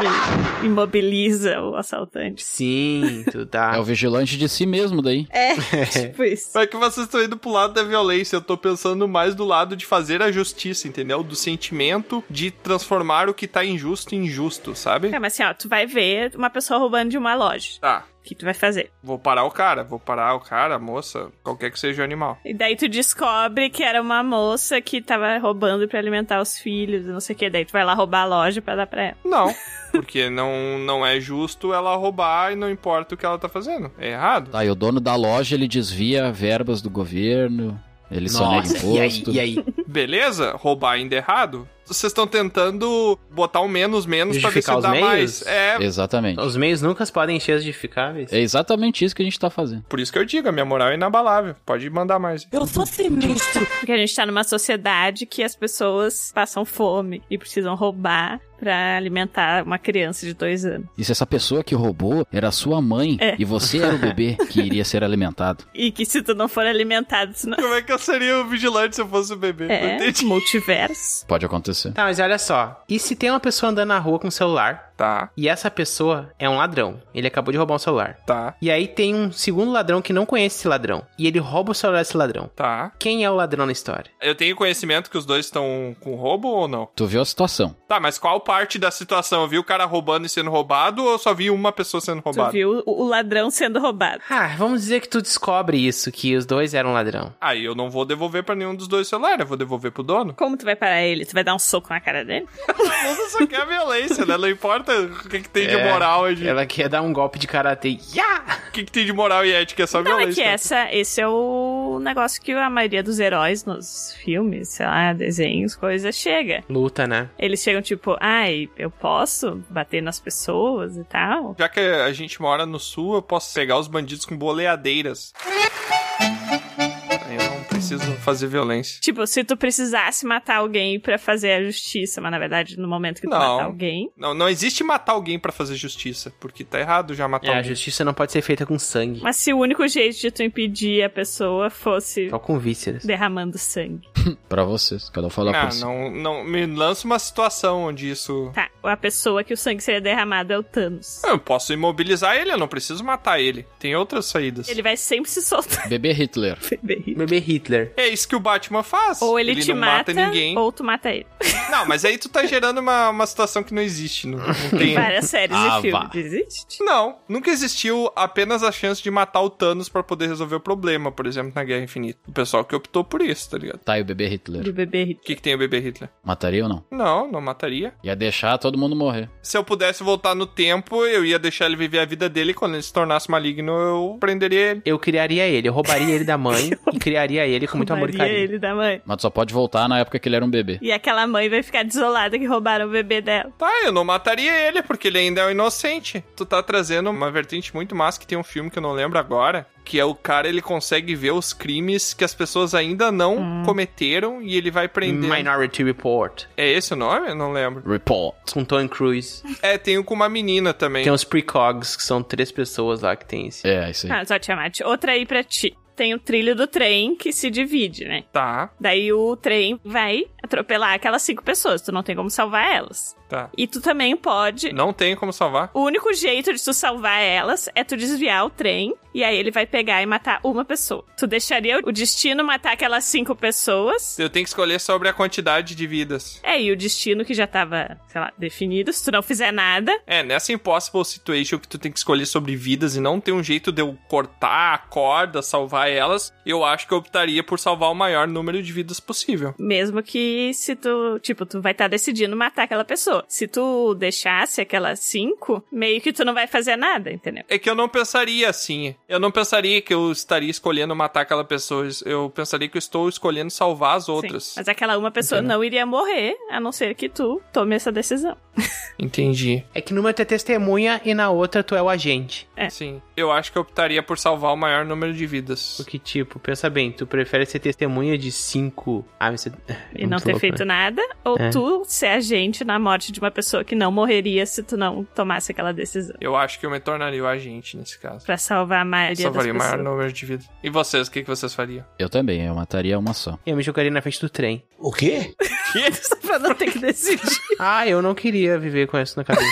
Speaker 4: e imobiliza o assaltante.
Speaker 2: Sim, tu dá.
Speaker 5: É o vigilante de si mesmo daí.
Speaker 4: É, tipo isso.
Speaker 1: Mas É que vocês estão indo pro lado da violência. Eu tô pensando mais do lado de fazer a justiça, entendeu? Do sentimento de transformar o que tá injusto em justo, sabe?
Speaker 4: É, mas assim, ó, tu vai ver uma pessoa roubando de uma loja.
Speaker 1: Tá.
Speaker 4: O que tu vai fazer?
Speaker 1: Vou parar o cara, vou parar o cara, a moça, qualquer que seja o animal.
Speaker 4: E daí tu descobre que era uma moça que tava roubando pra alimentar os filhos, não sei o que. Daí tu vai lá roubar a loja pra dar pra ela.
Speaker 1: Não, porque não, não é justo ela roubar e não importa o que ela tá fazendo. É errado.
Speaker 5: Tá, e o dono da loja ele desvia verbas do governo, ele só nega
Speaker 2: Nossa, e aí,
Speaker 5: imposto.
Speaker 2: e aí?
Speaker 1: Beleza? Roubar ainda é errado? Vocês estão tentando botar o menos menos pra ver se
Speaker 2: Justificar os
Speaker 1: dá
Speaker 2: meios?
Speaker 1: mais. É,
Speaker 5: Exatamente.
Speaker 2: Os meios nunca podem ser justificáveis.
Speaker 5: É exatamente isso que a gente tá fazendo.
Speaker 1: por isso que eu digo, a minha moral é inabalável. Pode mandar mais.
Speaker 22: Eu sou sinistro.
Speaker 4: Porque a gente tá numa sociedade que as pessoas passam fome e precisam roubar pra alimentar uma criança de dois anos.
Speaker 5: E se essa pessoa que roubou era sua mãe
Speaker 4: É.
Speaker 5: e você era o bebê que iria ser alimentado?
Speaker 4: E que se tu não for alimentado, tu não...
Speaker 1: Como é que eu seria o vigilante se eu fosse o bebê? Não
Speaker 4: É,
Speaker 1: entendi.
Speaker 4: multiverso.
Speaker 5: Pode acontecer.
Speaker 2: Tá, mas olha só. E se tem uma pessoa andando na rua com um celular
Speaker 1: Tá,
Speaker 2: e essa pessoa é um ladrão? Ele acabou de roubar um celular.
Speaker 1: tá,
Speaker 2: E aí tem um segundo ladrão que não conhece esse ladrão. E ele rouba o celular desse ladrão.
Speaker 1: tá.
Speaker 2: Quem é o ladrão na história?
Speaker 1: Eu tenho conhecimento que os dois estão com roubo ou não?
Speaker 5: Tu viu a situação.
Speaker 1: Tá, mas qual parte da situação? Eu vi o cara roubando e sendo roubado ou eu só vi uma pessoa sendo roubada?
Speaker 4: Tu viu o o ladrão sendo roubado.
Speaker 2: Ah, vamos dizer que tu descobre isso, que os dois eram ladrão.
Speaker 1: Aí eu não vou devolver pra nenhum dos dois celulares, eu vou devolver pro dono.
Speaker 4: Como tu vai parar ele? Tu vai dar um soco na cara dele?
Speaker 1: A moça só quer a violência, né? Não importa o que, que tem de
Speaker 2: É,
Speaker 1: moral, e de-
Speaker 2: Ela quer dar um golpe de karatê. Ya!
Speaker 1: o que, que tem de moral e ética, é só
Speaker 4: Não, é que
Speaker 1: violência.
Speaker 4: essa, esse é o negócio que a maioria dos heróis nos filmes, sei lá, desenhos, coisas, chega.
Speaker 2: Luta, né?
Speaker 4: Eles chegam tipo, ai, eu posso bater nas pessoas e tal.
Speaker 1: Já que a gente mora no sul, eu posso pegar os bandidos com boleadeiras. Aí Eu não preciso preciso fazer violência.
Speaker 4: Tipo, se tu precisasse matar alguém pra fazer a justiça, mas na verdade, no momento que tu
Speaker 1: Não.
Speaker 4: matar alguém.
Speaker 1: Não, não existe matar alguém pra fazer justiça, porque tá errado já matar
Speaker 2: É, a
Speaker 1: alguém.
Speaker 2: justiça não pode ser feita com sangue,
Speaker 4: Mas se o único jeito de tu impedir a pessoa fosse
Speaker 2: só com vísceras.
Speaker 4: derramando sangue.
Speaker 5: Pra vocês, cada um fala
Speaker 1: Ah,
Speaker 5: por si.
Speaker 1: não, não, me lança uma situação onde isso.
Speaker 4: Tá, a pessoa que o sangue seria derramado é o Thanos.
Speaker 1: Eu posso imobilizar ele, eu não preciso matar ele. Tem outras saídas.
Speaker 4: Ele vai sempre se soltar.
Speaker 5: Bebê Hitler.
Speaker 2: Bebê Hitler.
Speaker 1: É isso que o Batman faz.
Speaker 4: Ou ele, te
Speaker 1: não
Speaker 4: mata,
Speaker 1: ninguém.
Speaker 4: ou tu mata ele.
Speaker 1: Não, mas aí tu tá gerando uma, uma situação que não existe. Não, não tem...
Speaker 4: Tem várias séries
Speaker 1: Ah,
Speaker 4: e filmes.
Speaker 1: vá.
Speaker 4: Existe?
Speaker 1: Não, nunca existiu apenas a chance de matar o Thanos pra poder resolver o problema, por exemplo, na Guerra Infinita. O pessoal que optou por isso, tá ligado?
Speaker 5: Tá, e o bebê Hitler.
Speaker 4: Do bebê Hitler.
Speaker 1: O que, que tem o bebê Hitler?
Speaker 5: Mataria ou não?
Speaker 1: Não, não mataria.
Speaker 5: Ia deixar todo mundo morrer.
Speaker 1: Se eu pudesse voltar no tempo, eu ia deixar ele viver a vida dele. e Quando ele se tornasse maligno, eu prenderia ele.
Speaker 2: Eu criaria ele, eu roubaria ele da mãe e criaria ele com muito amor e
Speaker 4: Maria
Speaker 2: carinho.
Speaker 4: ele da mãe.
Speaker 5: Mas tu só pode voltar na época que ele era um bebê.
Speaker 4: E aquela mãe vai ficar desolada que roubaram o bebê dela.
Speaker 1: Tá, eu não mataria ele, porque ele ainda é um inocente. Tu tá trazendo uma vertente muito massa que tem um filme que eu não lembro agora, que é o cara, ele consegue ver os crimes que as pessoas ainda não cometeram e ele vai prender.
Speaker 2: Minority Report.
Speaker 1: É esse o nome? Eu não lembro.
Speaker 5: Report.
Speaker 2: Com Tom Cruise.
Speaker 1: É, tem um com uma menina também.
Speaker 2: Tem os precogs, que são três pessoas lá que tem esse.
Speaker 5: É, isso
Speaker 4: Ah, só Tiamat. Outra aí pra ti. Tem o trilho do trem que se divide, né?
Speaker 1: Tá,
Speaker 4: Daí o trem vai atropelar aquelas cinco pessoas. Tu não tem como salvar elas.
Speaker 1: tá.
Speaker 4: E tu também pode.
Speaker 1: Não tem como salvar.
Speaker 4: O único jeito de tu salvar elas é tu desviar o trem e aí ele vai pegar e matar uma pessoa. Tu deixaria o destino matar aquelas cinco pessoas.
Speaker 1: Eu tenho que escolher sobre a quantidade de vidas.
Speaker 4: É, e o destino que já tava, sei lá, definido. Se tu não fizer nada,
Speaker 1: É, nessa impossible situation que tu tem que escolher sobre vidas e não tem um jeito de eu cortar a corda, salvar elas, eu acho que eu optaria por salvar o maior número de vidas possível.
Speaker 4: Mesmo que se tu, tipo, tu vai estar decidindo matar aquela pessoa. Se tu deixasse aquelas cinco, meio que tu não vai fazer nada, entendeu?
Speaker 1: É que eu não pensaria assim. Eu não pensaria que eu estaria escolhendo matar aquela pessoa. Eu pensaria que eu estou escolhendo salvar as outras.
Speaker 4: Sim. Mas aquela uma pessoa não iria morrer, a não ser que tu tome essa decisão.
Speaker 1: Entendi.
Speaker 2: É que numa tu é testemunha e na outra tu é o agente.
Speaker 4: É.
Speaker 1: Sim. Eu acho que eu optaria por salvar o maior número de vidas.
Speaker 2: Porque, tipo, pensa bem, tu prefere ser testemunha de cinco... Ah, você...
Speaker 4: E não ter feito nada, ou
Speaker 2: É.
Speaker 4: tu ser agente na morte de uma pessoa que não morreria se tu não tomasse aquela decisão.
Speaker 1: Eu acho que eu me tornaria o agente nesse caso.
Speaker 4: Pra salvar a maioria das
Speaker 1: Salvaria o
Speaker 4: pessoas.
Speaker 1: maior número de vidas. E vocês, o que, que vocês fariam?
Speaker 5: Eu também, eu mataria uma só.
Speaker 2: Eu me jogaria na frente do trem.
Speaker 9: O quê?
Speaker 4: Só pra não ter que decidir.
Speaker 2: Ah, eu não queria viver com isso na cabeça.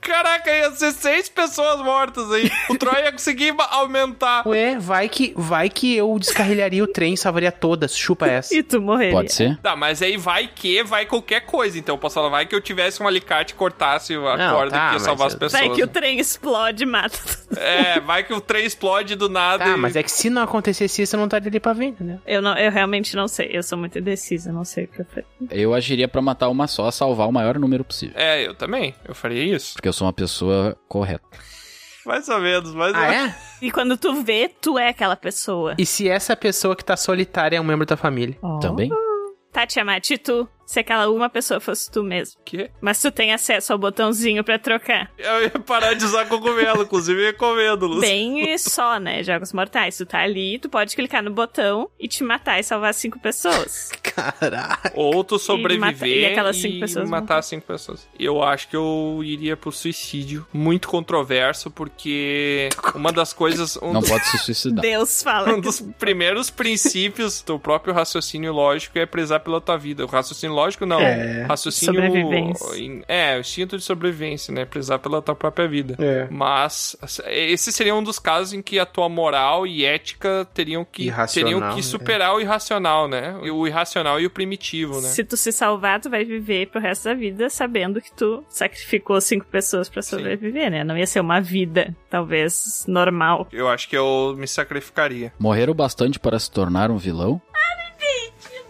Speaker 1: Caraca, ia ser seis pessoas mortas aí. O Troy ia conseguir ma- aumentar.
Speaker 2: Ué, vai que, vai que eu descarrilharia o trem e salvaria todas. Chupa essa.
Speaker 4: e tu morreria.
Speaker 5: Pode ser?
Speaker 1: Tá, mas aí vai que vai qualquer coisa. Então eu posso falar, vai que eu tivesse um alicate e cortasse a
Speaker 2: Não,
Speaker 1: corda
Speaker 2: tá,
Speaker 1: que ia
Speaker 2: mas
Speaker 1: salvar as
Speaker 2: eu-
Speaker 1: pessoas.
Speaker 4: Vai que o trem explode e mata.
Speaker 1: É, vai que o trem explode do nada.
Speaker 2: Tá,
Speaker 1: e-
Speaker 2: mas é que se não acontecesse isso, eu não estaria ali pra ver, entendeu?
Speaker 4: Eu, não, eu realmente não sei. Eu sou muito indecisa, não sei o que eu faria.
Speaker 5: Eu agiria pra matar uma só, salvar o maior número possível.
Speaker 1: É, eu também. Eu faria isso.
Speaker 5: Porque eu sou uma pessoa correta.
Speaker 1: Mais ou menos, mais ou
Speaker 2: Ah,
Speaker 1: menos.
Speaker 2: é?
Speaker 4: E quando tu vê, tu é aquela pessoa.
Speaker 2: E se essa pessoa que tá solitária é um membro da família?
Speaker 5: Também?
Speaker 4: Tá, Tiamat, e tu? Se aquela uma pessoa fosse tu mesmo.
Speaker 1: Quê?
Speaker 4: Mas tu tem acesso ao botãozinho pra trocar.
Speaker 1: Eu ia parar de usar cogumelo, inclusive eu recomendo, Luz.
Speaker 4: Bem e só, né? Jogos mortais. Tu tá ali, tu pode clicar no botão e te matar e salvar cinco pessoas.
Speaker 2: Caraca.
Speaker 1: Ou tu
Speaker 4: mata- e
Speaker 1: sobreviver e,
Speaker 4: aquelas cinco pessoas
Speaker 1: matar
Speaker 4: mortas.
Speaker 1: cinco pessoas. Eu acho que eu iria pro suicídio. Muito controverso, porque uma das coisas. Um
Speaker 5: Não
Speaker 1: dos-
Speaker 5: pode se suicidar.
Speaker 4: Deus fala.
Speaker 1: um dos primeiros princípios do próprio raciocínio lógico é prezar pela tua vida. O raciocínio lógico não.
Speaker 2: É.
Speaker 1: raciocínio.
Speaker 4: Sobrevivência.
Speaker 1: em- É, o instinto de sobrevivência, né? Prezar pela tua própria vida.
Speaker 2: É.
Speaker 1: Mas esse seria um dos casos em que a tua moral e ética teriam que,
Speaker 2: Irracional,
Speaker 1: teriam que
Speaker 2: né?
Speaker 1: superar o irracional, né? O irracional e o primitivo, né?
Speaker 4: Se tu se salvar, tu vai viver pro resto da vida sabendo que tu sacrificou cinco pessoas pra sobreviver, né? Não ia ser uma vida, talvez, normal.
Speaker 1: Eu acho que eu me sacrificaria.
Speaker 5: Morreram bastante para se tornar um vilão?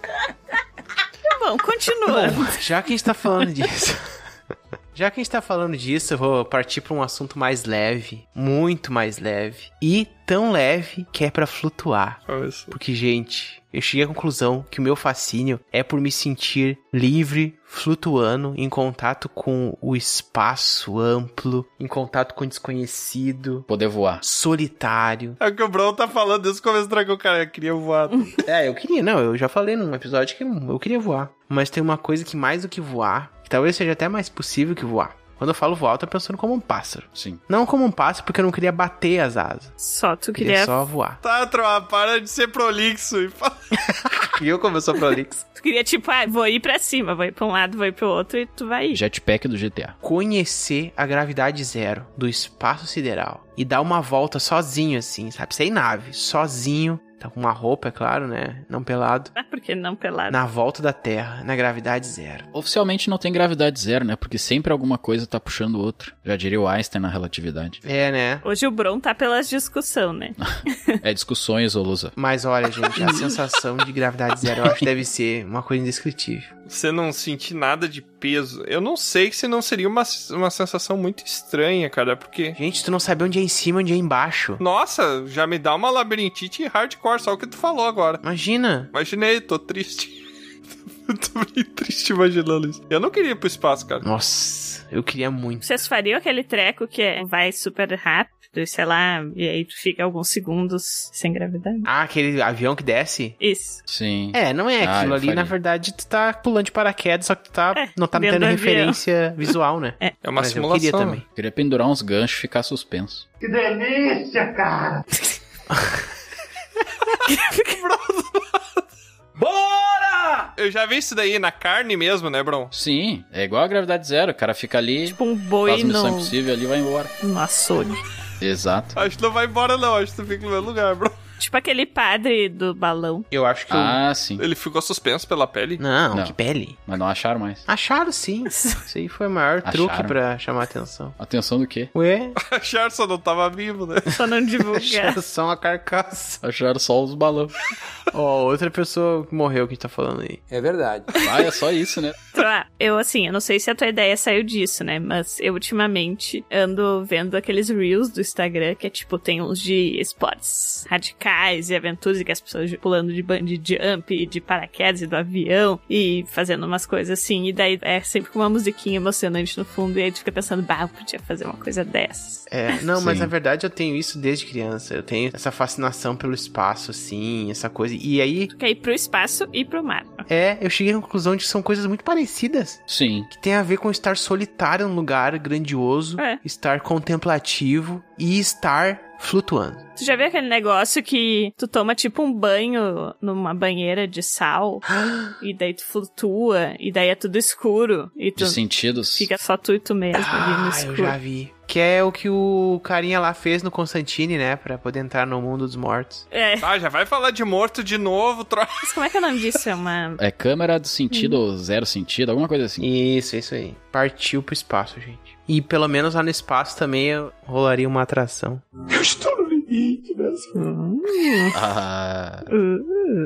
Speaker 4: Tá bom, continua.
Speaker 2: Bom, já que a gente tá falando disso. Já que a gente tá falando disso, eu vou partir pra um assunto mais leve, muito mais leve. E tão leve que é pra flutuar. Porque, gente, eu cheguei à conclusão que o meu fascínio é por me sentir livre, flutuando, em contato com o espaço amplo, em contato com o desconhecido.
Speaker 5: Poder voar.
Speaker 2: Solitário.
Speaker 1: É o que o Bron tá falando desde o começo do que o cara queria voar.
Speaker 2: é, eu queria, não, eu já falei num episódio que eu queria voar. Mas tem uma coisa que mais do que voar, que talvez seja até mais possível que voar. Quando eu falo voar, eu tô pensando como um pássaro.
Speaker 5: Sim.
Speaker 2: Não como um pássaro, porque eu não queria bater as asas.
Speaker 4: Só tu
Speaker 2: Eu queria
Speaker 4: queria.
Speaker 2: só voar.
Speaker 1: Tá, Troa, para de ser prolixo e fala.
Speaker 2: Viu como eu sou prolixo?
Speaker 4: Tu queria, tipo, ah, vou ir pra cima, vou ir pra um lado, vou ir pro outro e tu vai ir.
Speaker 5: Jetpack do GTA.
Speaker 2: Conhecer a gravidade zero do espaço sideral e dar uma volta sozinho, assim, sabe? Sem nave, sozinho. Tá com uma roupa, é claro, né? Não pelado.
Speaker 4: Ah, porque não pelado.
Speaker 2: Na volta da Terra, na gravidade zero.
Speaker 5: Oficialmente não tem gravidade zero, né? Porque sempre alguma coisa tá puxando outra. Já diria o Einstein na relatividade.
Speaker 2: É, né?
Speaker 4: Hoje o Bron tá pelas discussão, né?
Speaker 5: É discussões, ô Lusa.
Speaker 2: Mas olha, gente, a sensação de gravidade zero eu acho que deve ser uma coisa indescritível.
Speaker 1: Você não sentir nada de peso. Eu não sei que se não seria uma, uma sensação muito estranha, cara, porque.
Speaker 2: Gente, tu não sabe onde é em cima, onde é embaixo.
Speaker 1: Nossa, já me dá uma labirintite hardcore, só o que tu falou agora.
Speaker 2: Imagina.
Speaker 1: Imaginei, tô triste. tô bem triste imaginando isso. Eu não queria ir pro espaço, cara.
Speaker 2: Nossa, eu queria muito.
Speaker 4: Vocês fariam aquele treco que é, vai super rápido, e sei lá, e aí tu fica alguns segundos sem gravidade?
Speaker 2: Ah, aquele avião que desce?
Speaker 4: Isso.
Speaker 5: Sim.
Speaker 2: É, não é
Speaker 5: Ah,
Speaker 2: aquilo
Speaker 5: eu
Speaker 2: ali, na
Speaker 5: faria.
Speaker 2: verdade, tu tá pulando de paraquedas, só que tu tá, não tá
Speaker 4: É, dentro
Speaker 2: tendo
Speaker 4: do avião.
Speaker 2: referência visual, né?
Speaker 4: É.
Speaker 1: É uma
Speaker 2: Mas
Speaker 1: simulação.
Speaker 2: Eu queria também.
Speaker 5: Queria pendurar uns ganchos e ficar suspenso.
Speaker 26: Que delícia, cara!
Speaker 1: Bora! Eu já vi isso daí na carne mesmo, né, Bron?
Speaker 5: Sim, é igual a gravidade zero. O cara fica ali,
Speaker 4: Um boi
Speaker 5: faz missão
Speaker 4: no,
Speaker 5: impossível ali e vai embora.
Speaker 4: no açougue.
Speaker 5: Exato.
Speaker 1: Acho que não vai embora, não. Acho que tu fica no meu lugar, Bron.
Speaker 4: Tipo aquele padre do balão.
Speaker 2: Eu acho que. eu-
Speaker 5: Ah, sim.
Speaker 1: Ele ficou suspenso pela pele?
Speaker 2: Não,
Speaker 5: Não.
Speaker 2: que pele.
Speaker 5: Mas não acharam mais.
Speaker 2: Acharam sim. Isso aí foi o maior
Speaker 5: Acharam.
Speaker 2: truque pra chamar atenção.
Speaker 5: Atenção do quê?
Speaker 2: Ué?
Speaker 1: A Char só não tava vivo, né?
Speaker 4: Só não divulgar.
Speaker 2: Acharam só uma carcaça.
Speaker 5: Acharam só os balões.
Speaker 2: Ó, outra pessoa que morreu que a gente tá falando aí.
Speaker 9: É verdade.
Speaker 5: Ah, é só isso, né?
Speaker 4: Troá, eu assim, eu não sei se a tua ideia saiu disso, né? Mas eu ultimamente ando vendo aqueles reels do Instagram que é tipo, tem uns de esportes radicais e aventuras e que as pessoas pulando de bungee jump e de paraquedas e do avião e fazendo umas coisas assim. E daí é sempre com uma musiquinha emocionante no fundo e aí tu fica pensando, bah, eu podia fazer uma coisa dessas.
Speaker 2: É, não, mas
Speaker 5: Sim.
Speaker 2: na verdade eu tenho isso desde criança. Eu tenho essa fascinação pelo espaço, assim, essa coisa. E aí,
Speaker 4: Tu quer ir pro espaço e pro mar.
Speaker 2: é, eu cheguei à conclusão de que são coisas muito parecidas.
Speaker 5: Sim.
Speaker 2: que tem a ver com estar solitário num lugar grandioso,
Speaker 4: É.
Speaker 2: estar contemplativo e estar flutuando.
Speaker 4: Tu já viu aquele negócio que tu toma tipo um banho numa banheira de sal e daí tu flutua e daí é tudo escuro e tu
Speaker 5: De sentidos.
Speaker 4: fica só tu e tu mesmo ali no
Speaker 2: Ah, eu
Speaker 4: escuro.
Speaker 2: já vi. Que é o que o carinha lá fez no Constantine, né? Pra poder entrar no mundo dos mortos.
Speaker 4: É,
Speaker 1: Ah, já vai falar de morto de novo, troca.
Speaker 4: mas como é que é o nome disso? É uma...
Speaker 5: É câmera do sentido
Speaker 4: Uhum.
Speaker 5: ou zero sentido, alguma coisa assim.
Speaker 2: Isso, isso aí. Partiu pro espaço, gente. E pelo menos lá no espaço também eu- rolaria uma atração.
Speaker 27: Eu estou no limite, Brasil.
Speaker 5: Ah,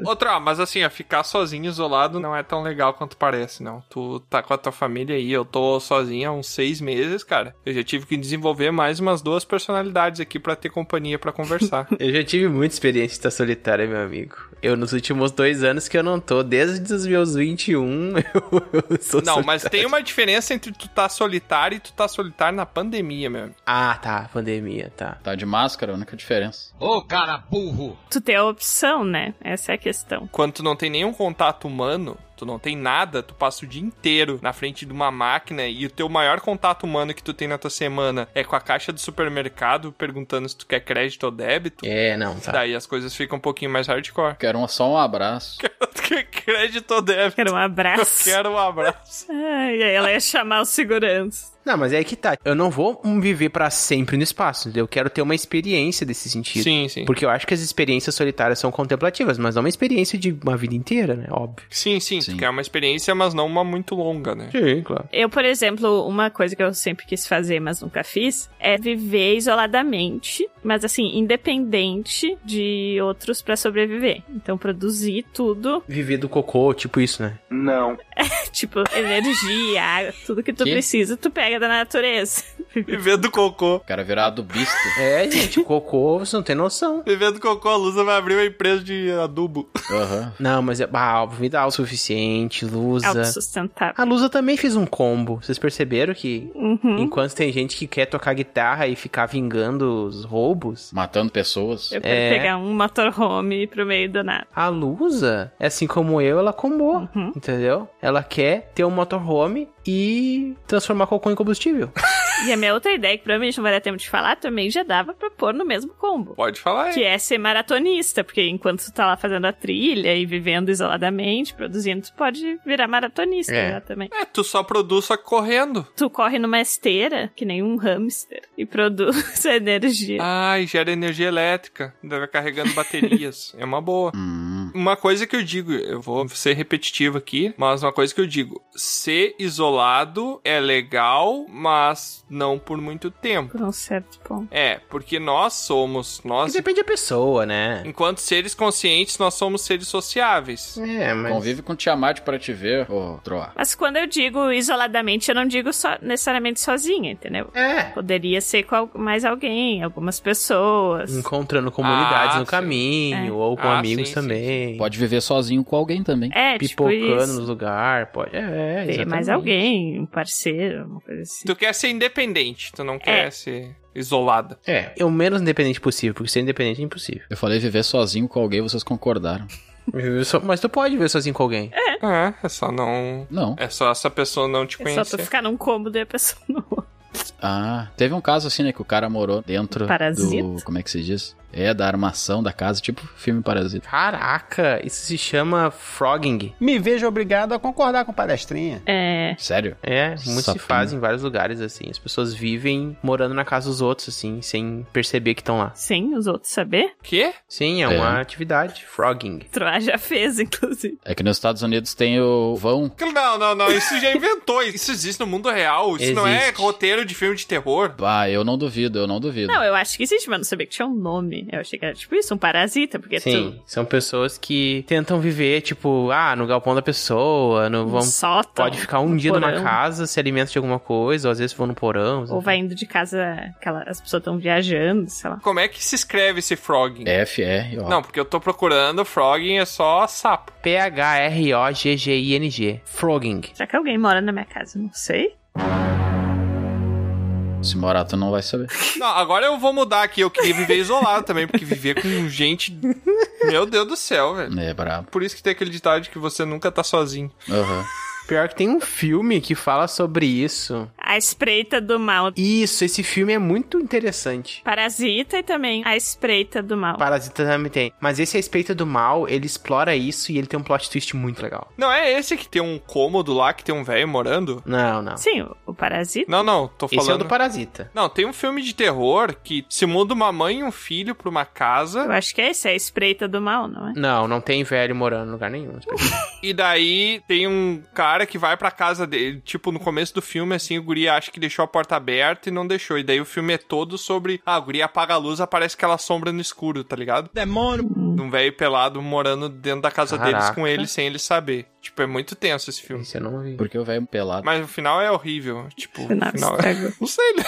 Speaker 1: Outra, mas assim, ó, ficar sozinho, isolado, não é tão legal quanto parece, não. Tu tá com a tua família aí, eu tô sozinho há uns seis meses, cara. Eu já tive que desenvolver mais umas duas personalidades aqui pra ter companhia pra conversar.
Speaker 2: Eu já tive muita experiência de estar solitário, meu amigo. Eu, nos últimos dois anos que eu não tô, desde os meus 21, eu, eu sou
Speaker 1: não,
Speaker 2: solitário.
Speaker 1: mas tem uma diferença entre tu tá solitário e tu tá solitário na pandemia, meu amigo.
Speaker 2: Ah, tá, pandemia, tá.
Speaker 5: tá de máscara, a única diferença.
Speaker 28: Ô, cara burro!
Speaker 4: Tu tem a opção, né? Essa é a questão.
Speaker 1: Quando tu não tem nenhum contato humano, tu não tem nada, tu passa o dia inteiro na frente de uma máquina e o teu maior contato humano que tu tem na tua semana é com a caixa do supermercado perguntando se tu quer crédito ou débito.
Speaker 2: É, não, tá.
Speaker 1: Daí as coisas ficam um pouquinho mais hardcore.
Speaker 5: Quero um- só um abraço.
Speaker 1: Tu quer crédito ou débito?
Speaker 4: Quero um abraço.
Speaker 1: Quero um abraço.
Speaker 4: Ah, e aí ela ia chamar o segurança.
Speaker 2: Não, mas é aí que tá. Eu não vou hum, viver pra sempre no espaço, entendeu? Eu quero ter uma experiência desse sentido.
Speaker 1: Sim, sim.
Speaker 2: Porque eu acho que as experiências solitárias são contemplativas, mas não uma experiência de uma vida inteira, né? Óbvio.
Speaker 1: Sim, sim,
Speaker 5: Sim.
Speaker 1: Tu quer uma experiência, mas não uma muito longa, né?
Speaker 2: Sim, claro.
Speaker 4: Eu, por exemplo, uma coisa que eu sempre quis fazer, mas nunca fiz, é viver isoladamente, mas assim, independente de outros pra sobreviver. Então, produzir tudo
Speaker 2: Viver do cocô, tipo isso, né?
Speaker 29: Não.
Speaker 4: tipo, energia, água, tudo que tu
Speaker 2: Que?
Speaker 4: precisa, tu pega da natureza.
Speaker 1: Vivendo cocô. O
Speaker 5: cara virar adubista.
Speaker 2: É, gente, cocô, você não tem noção.
Speaker 1: Vivendo cocô, a Lusa vai abrir uma empresa de adubo.
Speaker 5: Aham.
Speaker 2: Não, mas é ah, vida autossuficiente, Lusa.
Speaker 4: Autossustentável.
Speaker 2: A Lusa também fez um combo. Vocês perceberam que
Speaker 4: Uhum.
Speaker 2: enquanto tem gente que quer tocar guitarra e ficar vingando os roubos,
Speaker 5: matando pessoas,
Speaker 4: Eu quero pegar um motorhome e ir pro meio do nada.
Speaker 2: a Lusa, assim como eu, ela combou, entendeu? Ela quer ter um motorhome e transformar cocô em combustível.
Speaker 4: E a minha outra ideia, que provavelmente não vai dar tempo de falar, também já dava pra pôr no mesmo combo.
Speaker 1: Pode falar aí.
Speaker 4: Que é ser maratonista, porque enquanto tu tá lá fazendo a trilha e vivendo isoladamente, produzindo, tu pode virar maratonista
Speaker 1: É.
Speaker 4: já também.
Speaker 1: É, tu só produz só correndo.
Speaker 4: Tu corre numa esteira, que nem um hamster, e produz energia.
Speaker 1: Ai, gera energia elétrica. Ainda vai carregando baterias. é uma boa. Uma coisa que eu digo, eu vou ser repetitivo aqui, mas uma coisa que eu digo: ser isolado é legal, mas não por muito tempo.
Speaker 4: Por um certo ponto.
Speaker 1: É, porque nós somos, nós,
Speaker 2: Depende da pessoa, né?
Speaker 1: enquanto seres conscientes, nós somos seres sociáveis.
Speaker 2: É, mas-
Speaker 5: Convive com Tiamat pra te ver, ô Troa.
Speaker 4: Mas quando eu digo isoladamente, eu não digo só, necessariamente sozinha, entendeu?
Speaker 2: É.
Speaker 4: Poderia ser com al- mais alguém, algumas pessoas.
Speaker 2: Encontrando comunidades
Speaker 5: Ah,
Speaker 2: no
Speaker 5: sim.
Speaker 2: caminho,
Speaker 4: É.
Speaker 2: ou com
Speaker 5: Ah,
Speaker 2: amigos
Speaker 5: sim, sim,
Speaker 2: também.
Speaker 5: Pode viver sozinho com alguém também.
Speaker 4: É, tipo
Speaker 2: Pipocando
Speaker 4: isso.
Speaker 2: nos lugares, pode. É,
Speaker 4: Ter
Speaker 2: exatamente.
Speaker 4: mais alguém, um parceiro, uma coisa assim.
Speaker 1: Tu quer ser independente,
Speaker 4: É.
Speaker 1: tu não quer ser isolada.
Speaker 2: É, é o menos independente possível, porque ser independente é impossível.
Speaker 5: Eu falei viver sozinho com alguém, vocês concordaram.
Speaker 2: Viver so- Mas tu pode viver sozinho com alguém.
Speaker 1: É, é só não.
Speaker 5: Não.
Speaker 1: É só essa pessoa não te
Speaker 4: É só tu
Speaker 1: conhecer.
Speaker 4: ficar num cômodo e a pessoa não.
Speaker 5: Ah, teve um caso assim, né, que o cara morou dentro
Speaker 4: Parasita.
Speaker 5: do... Como é que se diz? É, da armação da casa, tipo filme Parasita.
Speaker 2: Caraca, isso se chama frogging.
Speaker 20: Me vejo obrigado a concordar com palestrinha.
Speaker 4: É.
Speaker 5: Sério?
Speaker 2: É, muito se
Speaker 5: Sapinho.
Speaker 2: faz em vários lugares, assim. As pessoas vivem morando na casa dos outros, assim, sem perceber que estão lá.
Speaker 4: Sem os outros saber.
Speaker 1: Quê?
Speaker 2: Sim, é,
Speaker 5: É.
Speaker 2: uma atividade. Frogging.
Speaker 4: Troá já fez, inclusive.
Speaker 5: É que nos Estados Unidos tem o vão.
Speaker 1: Não, não, não, isso já inventou. Isso existe no mundo real. Isso não é roteiro de filme de terror.
Speaker 5: Ah, eu não duvido, eu não duvido.
Speaker 4: Não, eu acho que existe, mas eu não sabia que tinha um nome. Eu achei que era tipo isso, um parasita, porque
Speaker 2: Sim,
Speaker 4: tu.
Speaker 2: são pessoas que tentam viver, tipo, ah, no galpão da pessoa, no, vão,
Speaker 4: sótão,
Speaker 2: pode ficar um
Speaker 4: Tá no
Speaker 2: dia numa
Speaker 4: porão.
Speaker 2: casa, se alimenta de alguma coisa, ou às vezes vão no porão.
Speaker 4: Ou vai indo de casa, aquela, as pessoas estão viajando, sei lá.
Speaker 1: Como é que se escreve esse frogging?
Speaker 5: F, R, O.
Speaker 1: Não, porque eu tô procurando, frogging é só sapo.
Speaker 2: P-H-R-O-G-G-I-N-G. Frogging.
Speaker 4: Será que alguém mora na minha casa? Não sei.
Speaker 5: Se morar, tu não vai saber.
Speaker 1: Não, agora eu vou mudar aqui. Eu queria viver isolado também, porque viver com gente. Meu Deus do céu, velho.
Speaker 5: É brabo.
Speaker 1: Por isso que tem aquele ditado de que você nunca tá sozinho.
Speaker 5: Aham.
Speaker 2: Pior que tem um filme que fala sobre isso.
Speaker 4: A espreita do mal.
Speaker 2: Isso, esse filme é muito interessante.
Speaker 4: Parasita e também a espreita do mal.
Speaker 2: Parasita também tem. Mas esse Respeito do Mal, ele explora isso e ele tem um plot twist muito legal.
Speaker 1: Não é esse que tem um cômodo lá que tem um velho morando?
Speaker 2: Não, não.
Speaker 4: Sim, o- o parasita.
Speaker 1: Não, não, tô
Speaker 2: Esse é o
Speaker 1: falando.
Speaker 2: do Parasita.
Speaker 1: Não, tem um filme de terror que se muda uma mãe e um filho pra uma casa.
Speaker 4: Eu acho que é esse, é a espreita do mal, não é?
Speaker 2: Não, não tem velho morando em lugar nenhum.
Speaker 1: E daí tem um cara que vai pra casa dele, tipo, no começo do filme, assim, o guri acha que deixou a porta aberta e não deixou. E daí o filme é todo sobre, ah, o guri apaga a luz, aparece aquela sombra no escuro, tá ligado?
Speaker 20: Demônio!
Speaker 1: Um velho pelado morando dentro da casa
Speaker 5: Caraca.
Speaker 1: deles com ele, sem ele saber. Tipo, é muito tenso esse filme.
Speaker 2: Isso eu não vi.
Speaker 5: Porque o velho pelado.
Speaker 1: Mas o final é horrível, tipo, o
Speaker 4: Final é
Speaker 1: final
Speaker 4: estraga.
Speaker 1: Não sei, né?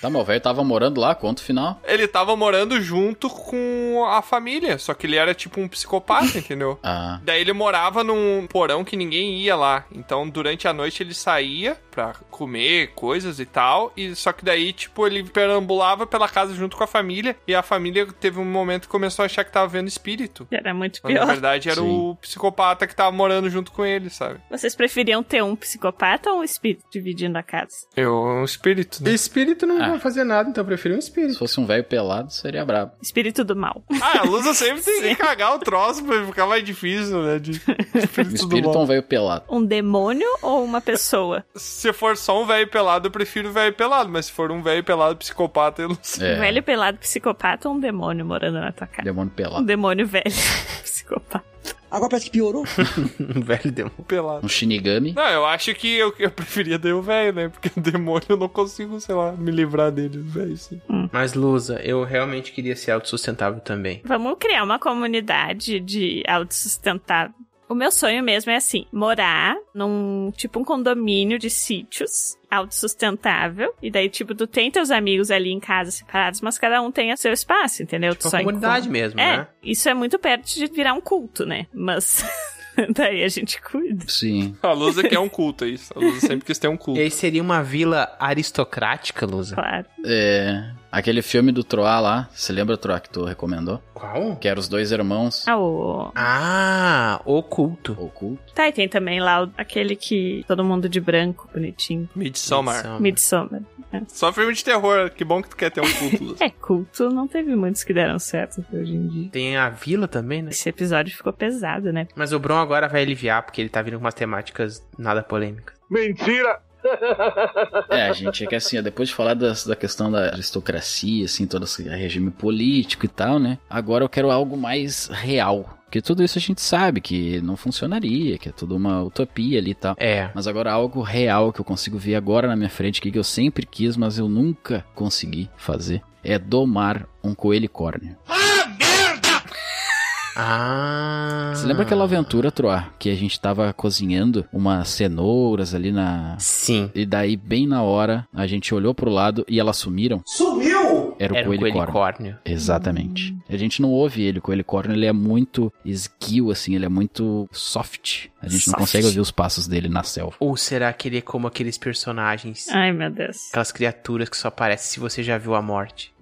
Speaker 5: Tá, mas o velho tava morando lá, conta o final.
Speaker 1: Ele tava morando junto com a família, só que ele era tipo um psicopata, entendeu?
Speaker 5: Ah.
Speaker 1: Daí ele morava num porão que ninguém ia lá. Então, durante a noite ele saía pra comer coisas e tal. E só que daí, tipo, ele perambulava pela casa junto com a família. E a família teve um momento que começou a achar que tava vendo espírito.
Speaker 4: Era muito
Speaker 1: Mas, na
Speaker 4: pior.
Speaker 1: verdade, era o psicopata que tava morando junto com ele, sabe?
Speaker 4: Vocês preferiam ter um psicopata ou um espírito dividindo a casa?
Speaker 1: Eu, um espírito, né?
Speaker 2: Espírito não
Speaker 5: Ah.
Speaker 2: vai fazer nada, então eu prefiro um espírito.
Speaker 5: Se fosse um velho pelado, seria brabo.
Speaker 4: Espírito do mal.
Speaker 1: Ah, a Lusa sempre tem que cagar o troço pra ficar mais difícil, né? De...
Speaker 5: O espírito é um velho pelado.
Speaker 4: Um demônio ou uma pessoa?
Speaker 1: Se for só um velho pelado, eu prefiro velho pelado. Mas se for um velho pelado psicopata, eu não sei.
Speaker 4: Um velho pelado psicopata ou um demônio morando na tua casa?
Speaker 5: É, Demônio
Speaker 4: Um
Speaker 5: pelado.
Speaker 4: demônio velho psicopata.
Speaker 20: Agora parece que piorou.
Speaker 2: Um velho demônio.
Speaker 1: pelado.
Speaker 5: Um Shinigami.
Speaker 1: Não, eu acho que eu, eu preferia daí o velho, né? Porque o demônio eu não consigo, sei lá, me livrar dele, velho. Sim.
Speaker 2: Mas, Lusa, eu realmente queria ser autossustentável também.
Speaker 4: Vamos criar uma comunidade de autossustentável. O meu sonho mesmo é assim, morar num tipo um condomínio de sítios autossustentável. E daí, tipo, tu tem teus amigos ali em casa separados, mas cada um tem o seu espaço, entendeu?
Speaker 2: Tipo a comunidade mesmo,
Speaker 4: é,
Speaker 2: né?
Speaker 4: Isso é muito perto de virar um culto, né? Mas daí a gente cuida.
Speaker 5: Sim.
Speaker 1: A Lusa que é um culto, é isso. A Lusa sempre quis ter um culto.
Speaker 2: E aí seria uma vila aristocrática, Lusa?
Speaker 4: Claro.
Speaker 5: É. Aquele filme do Troá lá, você lembra, Troá, que tu recomendou?
Speaker 2: Qual?
Speaker 5: Que era os dois irmãos.
Speaker 4: Ah, o...
Speaker 2: Ah, oculto.
Speaker 5: Oculto.
Speaker 4: Tá, e tem também lá o- aquele que todo mundo de branco, bonitinho.
Speaker 1: Midsommar.
Speaker 4: Midsommar.
Speaker 1: Só filme de terror. Que bom que tu quer ter um culto, Lusa.
Speaker 4: É, culto não teve muitos que deram certo até hoje em dia.
Speaker 2: Tem a vila também, né?
Speaker 4: Esse episódio ficou pesado, né?
Speaker 2: Mas o Bron agora vai aliviar, porque ele tá vindo com umas temáticas nada polêmicas.
Speaker 29: Mentira!
Speaker 5: É, gente, é que assim, ó, depois de falar das- da questão da aristocracia, assim, todo esse regime político e tal, né? Agora eu quero algo mais real. Porque tudo isso a gente sabe que não funcionaria, que é tudo uma utopia ali e tal.
Speaker 2: É.
Speaker 5: Mas agora algo real que eu consigo ver agora na minha frente, que eu sempre quis, mas eu nunca consegui fazer, é domar um coelicórnio.
Speaker 2: Ah.
Speaker 5: Você lembra aquela aventura, Troá, que a gente tava cozinhando umas cenouras ali na.
Speaker 2: Sim.
Speaker 5: E daí, bem na hora, a gente olhou pro lado e elas sumiram?
Speaker 2: Sumiu!
Speaker 5: Era o
Speaker 2: Era um o
Speaker 5: coelicórnio.
Speaker 2: coelicórnio.
Speaker 5: Exatamente. A gente não ouve ele, o coelicórnio, ele é muito esguio, assim, ele é muito soft. A gente
Speaker 2: Soft.
Speaker 5: não consegue ouvir os passos dele na selva.
Speaker 2: Ou será que ele é como aqueles personagens,
Speaker 1: Ah.
Speaker 4: Ai, meu Deus.
Speaker 2: aquelas criaturas que só aparecem se você já viu a morte?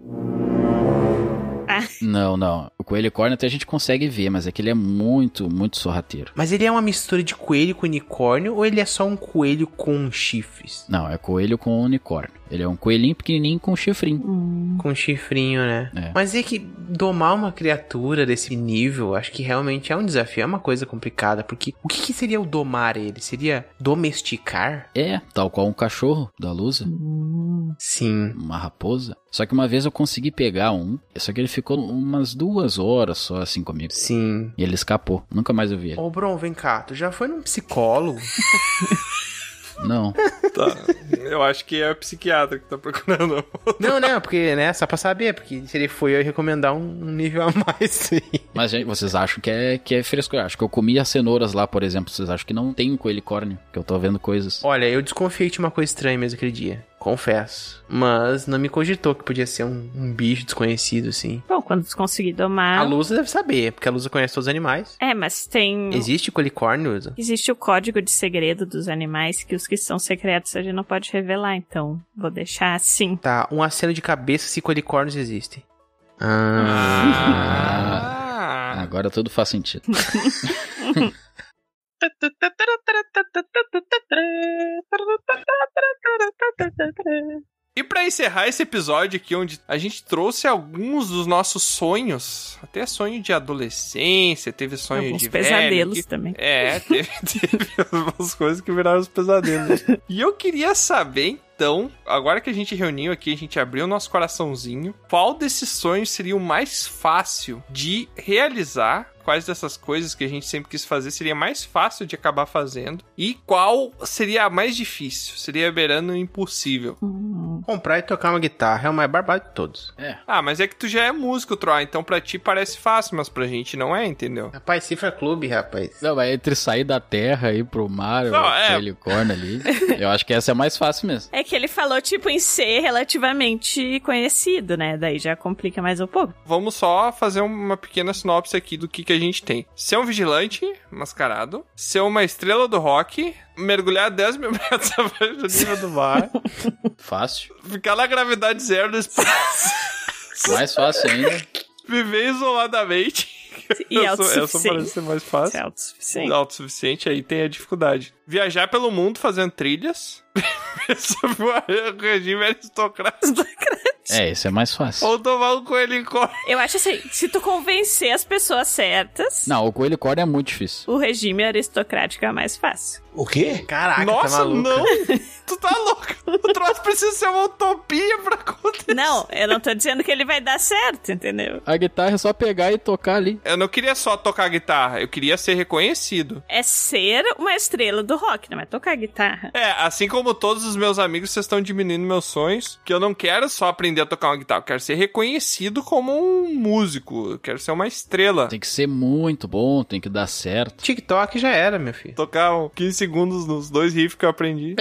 Speaker 5: Não, não. O coelicórnio até a gente consegue ver, mas é que ele é muito, muito sorrateiro.
Speaker 2: Mas ele é uma mistura de coelho com unicórnio ou ele é só um coelho com chifres?
Speaker 5: Não, é coelho com unicórnio. Ele é um coelhinho pequenininho com chifrinho.
Speaker 2: Com chifrinho, né? Mas é que domar uma criatura desse nível, acho que realmente é um desafio, é uma coisa complicada, porque o que, que seria o domar ele? Seria domesticar?
Speaker 5: É, tal qual um cachorro da Lusa.
Speaker 2: Sim.
Speaker 5: Uma raposa. Só que uma vez eu consegui pegar um, só que ele ficou umas duas horas só assim comigo.
Speaker 2: Sim.
Speaker 5: E ele escapou. Nunca mais eu vi ele.
Speaker 2: Ô, Bron, vem cá, tu já foi num psicólogo?
Speaker 5: Não.
Speaker 1: Tá. Eu acho que é o psiquiatra que tá procurando.
Speaker 2: não, né? Porque, né? Só pra saber, porque se ele foi, eu ia recomendar um um nível a mais aí.
Speaker 5: Mas, gente, vocês acham que é, que é frescura? Acho que eu comi as cenouras lá, por exemplo. Vocês acham que não tem coelicórnio? Que eu tô vendo coisas.
Speaker 2: Olha, eu desconfiei que tinha uma coisa estranha mesmo aquele dia. Confesso. Mas não me cogitou que podia ser um, um bicho desconhecido, assim.
Speaker 4: Bom, quando tu conseguir domar.
Speaker 2: A Lusa deve saber, porque a Lusa conhece todos os animais.
Speaker 4: É, mas tem.
Speaker 2: Existe colicórnio, Lusa?
Speaker 4: Existe o código de segredo dos animais, que os que são secretos a gente não pode revelar, então vou deixar assim.
Speaker 2: Tá, um aceno de cabeça se colicórnios existem. Ah.
Speaker 5: Ah, Agora tudo faz sentido.
Speaker 1: E pra encerrar esse episódio aqui, onde a gente trouxe alguns dos nossos sonhos, até sonho de adolescência, teve sonho
Speaker 4: Alguns
Speaker 1: de velho,
Speaker 4: pesadelos
Speaker 1: que-
Speaker 4: também.
Speaker 1: É, teve, teve algumas coisas que viraram os pesadelos. e eu queria saber, então, agora que a gente reuniu aqui, a gente abriu nosso coraçãozinho, qual desses sonhos seria o mais fácil de realizar? Quais dessas coisas que a gente sempre quis fazer seria mais fácil de acabar fazendo? E qual seria a mais difícil? Seria beirando o impossível.
Speaker 4: Uhum.
Speaker 2: Comprar e tocar uma guitarra é o mais barbado de todos.
Speaker 5: É.
Speaker 1: Ah, mas é que tu já é músico, Troy, então pra ti parece fácil, mas pra gente não é, entendeu?
Speaker 2: Rapaz, cifra clube, rapaz.
Speaker 5: Não, mas entre sair da terra e ir pro mar,
Speaker 1: Não,
Speaker 5: o
Speaker 1: é.
Speaker 5: coelicórnio ali, eu acho que essa é mais fácil mesmo.
Speaker 4: É que ele falou, tipo, em ser relativamente conhecido, né? Daí já complica mais um pouco.
Speaker 1: Vamos só fazer uma pequena sinopse aqui do que, que a gente tem. Ser um vigilante mascarado, ser uma estrela do rock, mergulhar 10 mil metros abaixo do nível do mar,
Speaker 5: Fácil.
Speaker 1: ficar na gravidade zero do espaço,
Speaker 5: Mais fácil ainda.
Speaker 1: viver isoladamente.
Speaker 4: E
Speaker 1: Essa- Essa
Speaker 4: autossuficiente.
Speaker 1: parece ser mais fácil.
Speaker 4: É autossuficiente.
Speaker 1: Autossuficiente, aí tem a dificuldade. Viajar pelo mundo fazendo trilhas, sob o regime aristocrático,
Speaker 5: É, esse é mais fácil.
Speaker 1: ou tomar um coelho
Speaker 4: Eu acho assim, se tu convencer as pessoas certas,
Speaker 5: Não, o coelicórnio é muito difícil.
Speaker 4: o regime aristocrático é mais fácil.
Speaker 20: O quê?
Speaker 2: Caraca,
Speaker 1: Nossa,
Speaker 2: tá maluco.
Speaker 1: não! tu tá louco! O troço precisa ser uma utopia pra acontecer.
Speaker 4: Não, eu não tô dizendo que ele vai dar certo, entendeu?
Speaker 5: A guitarra é só pegar e tocar ali.
Speaker 1: Eu não queria só tocar guitarra, eu queria ser reconhecido.
Speaker 4: É ser uma estrela do rock, não é tocar guitarra.
Speaker 1: É, assim como todos os meus amigos, vocês estão diminuindo meus sonhos, que eu não quero só aprender a tocar uma guitarra, eu quero ser reconhecido como um músico, eu quero ser uma estrela.
Speaker 5: Tem que ser muito bom, tem que dar certo.
Speaker 2: TikTok já era, meu filho.
Speaker 1: Tocar 15 segundos nos dois riffs que eu aprendi.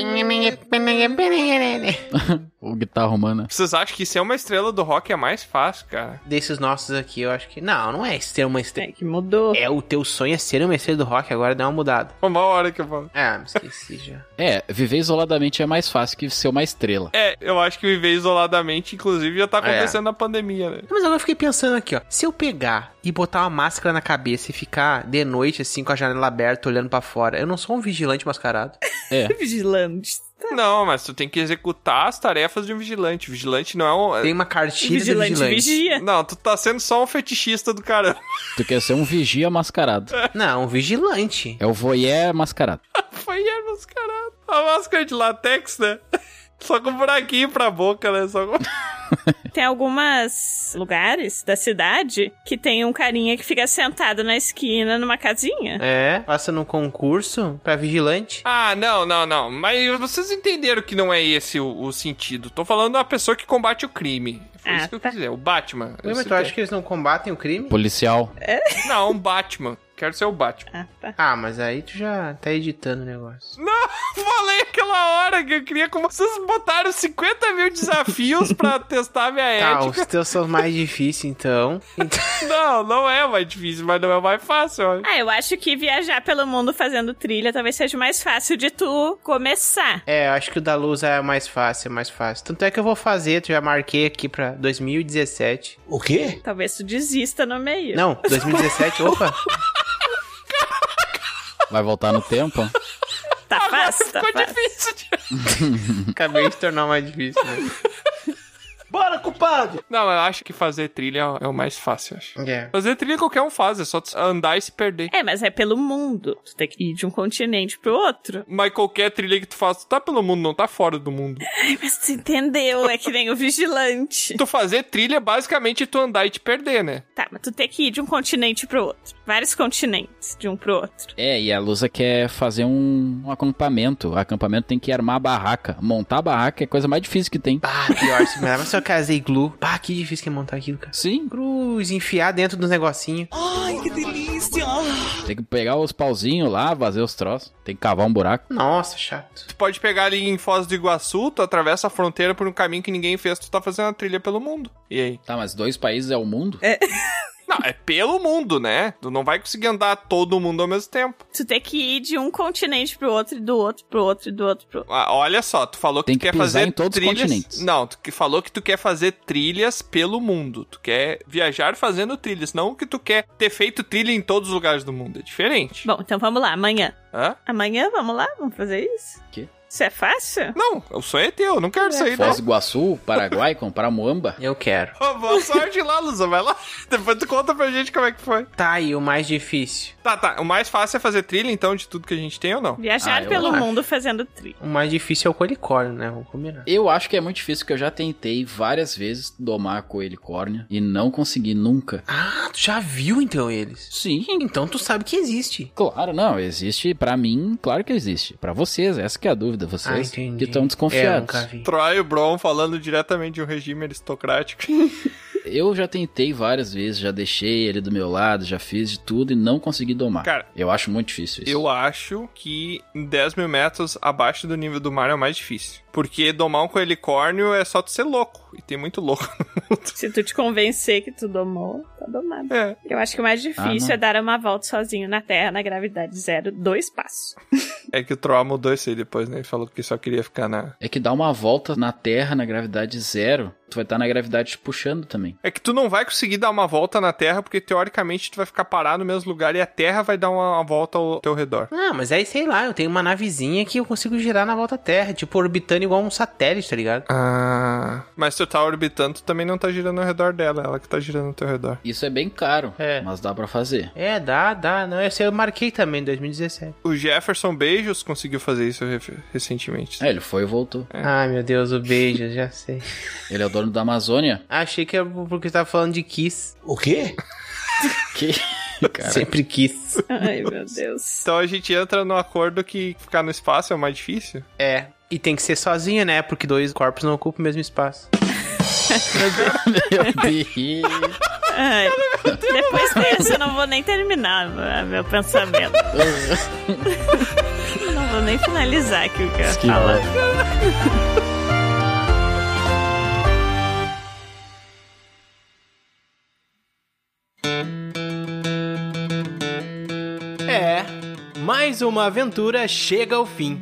Speaker 5: o guitarra humana.
Speaker 1: Vocês acham que ser uma estrela do rock é mais fácil, cara?
Speaker 2: Desses nossos aqui, eu acho que. Não, não é ser uma estrela.
Speaker 4: É que mudou.
Speaker 2: É, o teu sonho é ser uma estrela do rock, agora dá uma mudada.
Speaker 1: Foi uma hora que eu falo.
Speaker 2: Ah, me esqueci já.
Speaker 5: É, viver isoladamente é mais fácil que ser uma estrela.
Speaker 1: É, eu acho que viver isoladamente, inclusive, já tá acontecendo
Speaker 2: É.
Speaker 1: na pandemia, né?
Speaker 2: Mas agora eu fiquei pensando aqui, ó. Se eu pegar e botar uma máscara na cabeça e ficar de noite, assim, com a janela aberta, olhando pra fora, eu não sou um vigilante mascarado.
Speaker 5: É.
Speaker 4: Vigilante.
Speaker 1: Não, mas tu tem que executar as tarefas de um vigilante. Vigilante não é um.
Speaker 2: Tem uma cartilha de vigilante.
Speaker 1: Não, tu tá sendo só um fetichista do caramba.
Speaker 5: Tu quer ser um vigia mascarado.
Speaker 2: Não, um vigilante.
Speaker 5: É o voyeur mascarado.
Speaker 1: Foi é mascarado. A máscara de latex, né? Só com um buraquinho pra boca, né? Só com...
Speaker 4: Tem algumas lugares da cidade que tem um carinha que fica sentado na esquina numa casinha.
Speaker 2: É, passa num concurso pra vigilante.
Speaker 1: Ah, não, não, não. Mas vocês entenderam que não é esse o, o sentido. Tô falando da pessoa que combate o crime. Foi
Speaker 2: Ah,
Speaker 1: isso que eu quis dizer. É O Batman.
Speaker 2: Ué, mas
Speaker 1: Esse
Speaker 2: tu acha que eles não combatem o crime?
Speaker 5: Policial.
Speaker 1: Não, um Batman. Quero ser o Batman.
Speaker 4: tá.
Speaker 2: Ah, mas aí tu já tá editando o negócio.
Speaker 1: Não, falei aquela hora que eu queria como vocês botaram 50 mil desafios pra testar minha
Speaker 2: Tá, os
Speaker 1: ética.
Speaker 2: teus são mais difíceis, então.
Speaker 1: Não, não é mais difícil, mas não é mais fácil. Olha.
Speaker 4: Ah, eu acho que viajar pelo mundo fazendo trilha talvez seja mais fácil de tu começar.
Speaker 2: É, eu acho que o da luz é mais fácil, é mais fácil. Tanto é que eu vou fazer, tu já marquei aqui pra 2017.
Speaker 20: O quê?
Speaker 4: Talvez tu desista no meio.
Speaker 2: Não, 2017, opa.
Speaker 5: Vai voltar no tempo.
Speaker 4: Tá fácil, tá
Speaker 1: Ficou
Speaker 4: fácil.
Speaker 1: difícil. de-
Speaker 2: Acabei de tornar mais difícil, né?
Speaker 20: Bora, culpado!
Speaker 1: Não, eu acho que fazer trilha é o mais fácil, eu acho.
Speaker 2: É.
Speaker 1: Fazer trilha qualquer um faz, é só tu andar e se perder.
Speaker 4: É, mas é pelo mundo. Tu tem que ir de um continente pro outro.
Speaker 1: Mas qualquer trilha que tu faz, tu tá pelo mundo, não tá fora do mundo.
Speaker 4: Ai, mas tu entendeu, é que nem o vigilante.
Speaker 1: tu fazer trilha é basicamente tu andar e te perder, né?
Speaker 4: Tá, mas tu tem que ir de um continente pro outro. Vários continentes, de um pro outro.
Speaker 5: É, e a Lusa quer fazer um, um acampamento. O acampamento tem que armar a barraca. Montar a barraca é a coisa mais difícil que tem.
Speaker 2: Ah, pior, se mas se eu casei glue. Pá, que difícil que é montar aquilo, cara.
Speaker 5: Sim.
Speaker 2: Cruz, enfiar dentro dos negocinhos.
Speaker 22: Ai, que delícia!
Speaker 5: Tem que pegar os pauzinhos lá, fazer os troços. Tem que cavar um buraco.
Speaker 2: Nossa, chato.
Speaker 1: Tu pode pegar ali em Foz do Iguaçu, tu atravessa a fronteira por um caminho que ninguém fez, tu tá fazendo a trilha pelo mundo. E aí?
Speaker 5: Tá, mas dois países é o mundo?
Speaker 1: Não, é pelo mundo, né? Tu não vai conseguir andar todo mundo ao mesmo tempo.
Speaker 4: Tu tem que ir de um continente pro outro, e do outro pro outro, e do outro pro outro.
Speaker 1: Ah, Olha só, tu falou que
Speaker 5: Tem
Speaker 1: tu
Speaker 5: que
Speaker 1: quer
Speaker 5: pisar
Speaker 1: fazer
Speaker 5: em todos os
Speaker 1: trilhas.
Speaker 5: continentes.
Speaker 1: Não, tu que falou que tu quer fazer trilhas pelo mundo. Tu quer viajar fazendo trilhas, não que tu quer ter feito trilha em todos os lugares do mundo. É diferente.
Speaker 4: Bom, então vamos lá, amanhã.
Speaker 1: Hã?
Speaker 4: Amanhã, vamos lá? Vamos fazer isso?
Speaker 5: Quê?
Speaker 4: Isso é fácil?
Speaker 1: Não, o sonho é teu, não quero sair, não.
Speaker 5: Foz do Iguaçu, Paraguai, comprar Moamba.
Speaker 2: Eu quero.
Speaker 1: Ô, Boa sorte lá, Lusa, vai lá. Depois tu conta pra gente como é que foi.
Speaker 2: Tá, e o mais difícil?
Speaker 1: Tá, tá. O mais fácil é fazer trilha, então, de tudo que a gente tem ou não?
Speaker 4: Viajar
Speaker 5: Ah, eu
Speaker 4: pelo
Speaker 5: acho.
Speaker 4: mundo fazendo trilha.
Speaker 2: O mais difícil é o colicórnio, né? Vamos combinar.
Speaker 5: Eu acho que é muito difícil, porque eu já tentei várias vezes domar a coelicórnia e não consegui nunca.
Speaker 2: Ah, tu já viu então eles?
Speaker 5: Sim,
Speaker 2: Então tu sabe que existe.
Speaker 5: claro, não, existe pra mim, claro que existe. Pra vocês, essa que é a dúvida,
Speaker 2: Ah,
Speaker 5: vocês
Speaker 2: entendi.
Speaker 5: que estão
Speaker 2: É, eu
Speaker 5: desconfiados.
Speaker 2: nunca vi.
Speaker 1: Troy e o Bron falando diretamente de um regime aristocrático.
Speaker 5: eu já tentei várias vezes, já deixei ele do meu lado, já fiz de tudo e não consegui domar.
Speaker 1: Cara,
Speaker 5: eu acho muito difícil isso.
Speaker 1: Eu acho que 10 mil metros abaixo do nível do mar é o mais difícil. Porque domar um coelicórnio é só tu ser louco. E tem muito louco.
Speaker 4: Se tu te convencer que tu domou, tá domado.
Speaker 1: É.
Speaker 4: Eu acho que o mais difícil
Speaker 5: Ah, não.
Speaker 4: é dar uma volta sozinho na Terra na gravidade zero, dois passos.
Speaker 1: É que o Troá mudou isso aí depois, né? Ele falou que só queria ficar na.
Speaker 5: É que dar uma volta na Terra na gravidade zero, tu vai estar na gravidade te puxando também.
Speaker 1: É que tu não vai conseguir dar uma volta na Terra, porque teoricamente tu vai ficar parado no mesmo lugar e a Terra vai dar uma uma volta ao teu redor.
Speaker 2: Ah, mas aí sei lá, eu tenho uma navezinha que eu consigo girar na volta à Terra, tipo orbitando igual um satélite, tá ligado?
Speaker 1: Ah. Mas se tu tá orbitando, tu também não tá girando ao redor dela, ela que tá girando ao teu redor.
Speaker 5: Isso é bem caro,
Speaker 2: É.
Speaker 5: mas dá pra fazer.
Speaker 2: É, dá, dá. Não, esse eu marquei também em 2017.
Speaker 1: O Jefferson B Beijos conseguiu fazer isso re- recentemente.
Speaker 5: É, ele foi e voltou.
Speaker 2: Ah, meu Deus, o beijo, já sei.
Speaker 5: Ele é o dono da Amazônia?
Speaker 2: Achei que era porque você tava falando de Kiss.
Speaker 30: O quê?
Speaker 5: que? Cara.
Speaker 2: Sempre quis.
Speaker 4: Ai, meu Deus.
Speaker 1: Então a gente entra no acordo que ficar no espaço é o mais difícil?
Speaker 2: É. E tem que ser sozinho, né? Porque dois corpos não ocupam o mesmo espaço.
Speaker 5: Meu Deus.
Speaker 4: Ai, depois desse eu não vou nem terminar né, meu pensamento. Eu não vou nem finalizar aqui o que eu ia falar.
Speaker 9: É, mais uma aventura chega ao fim.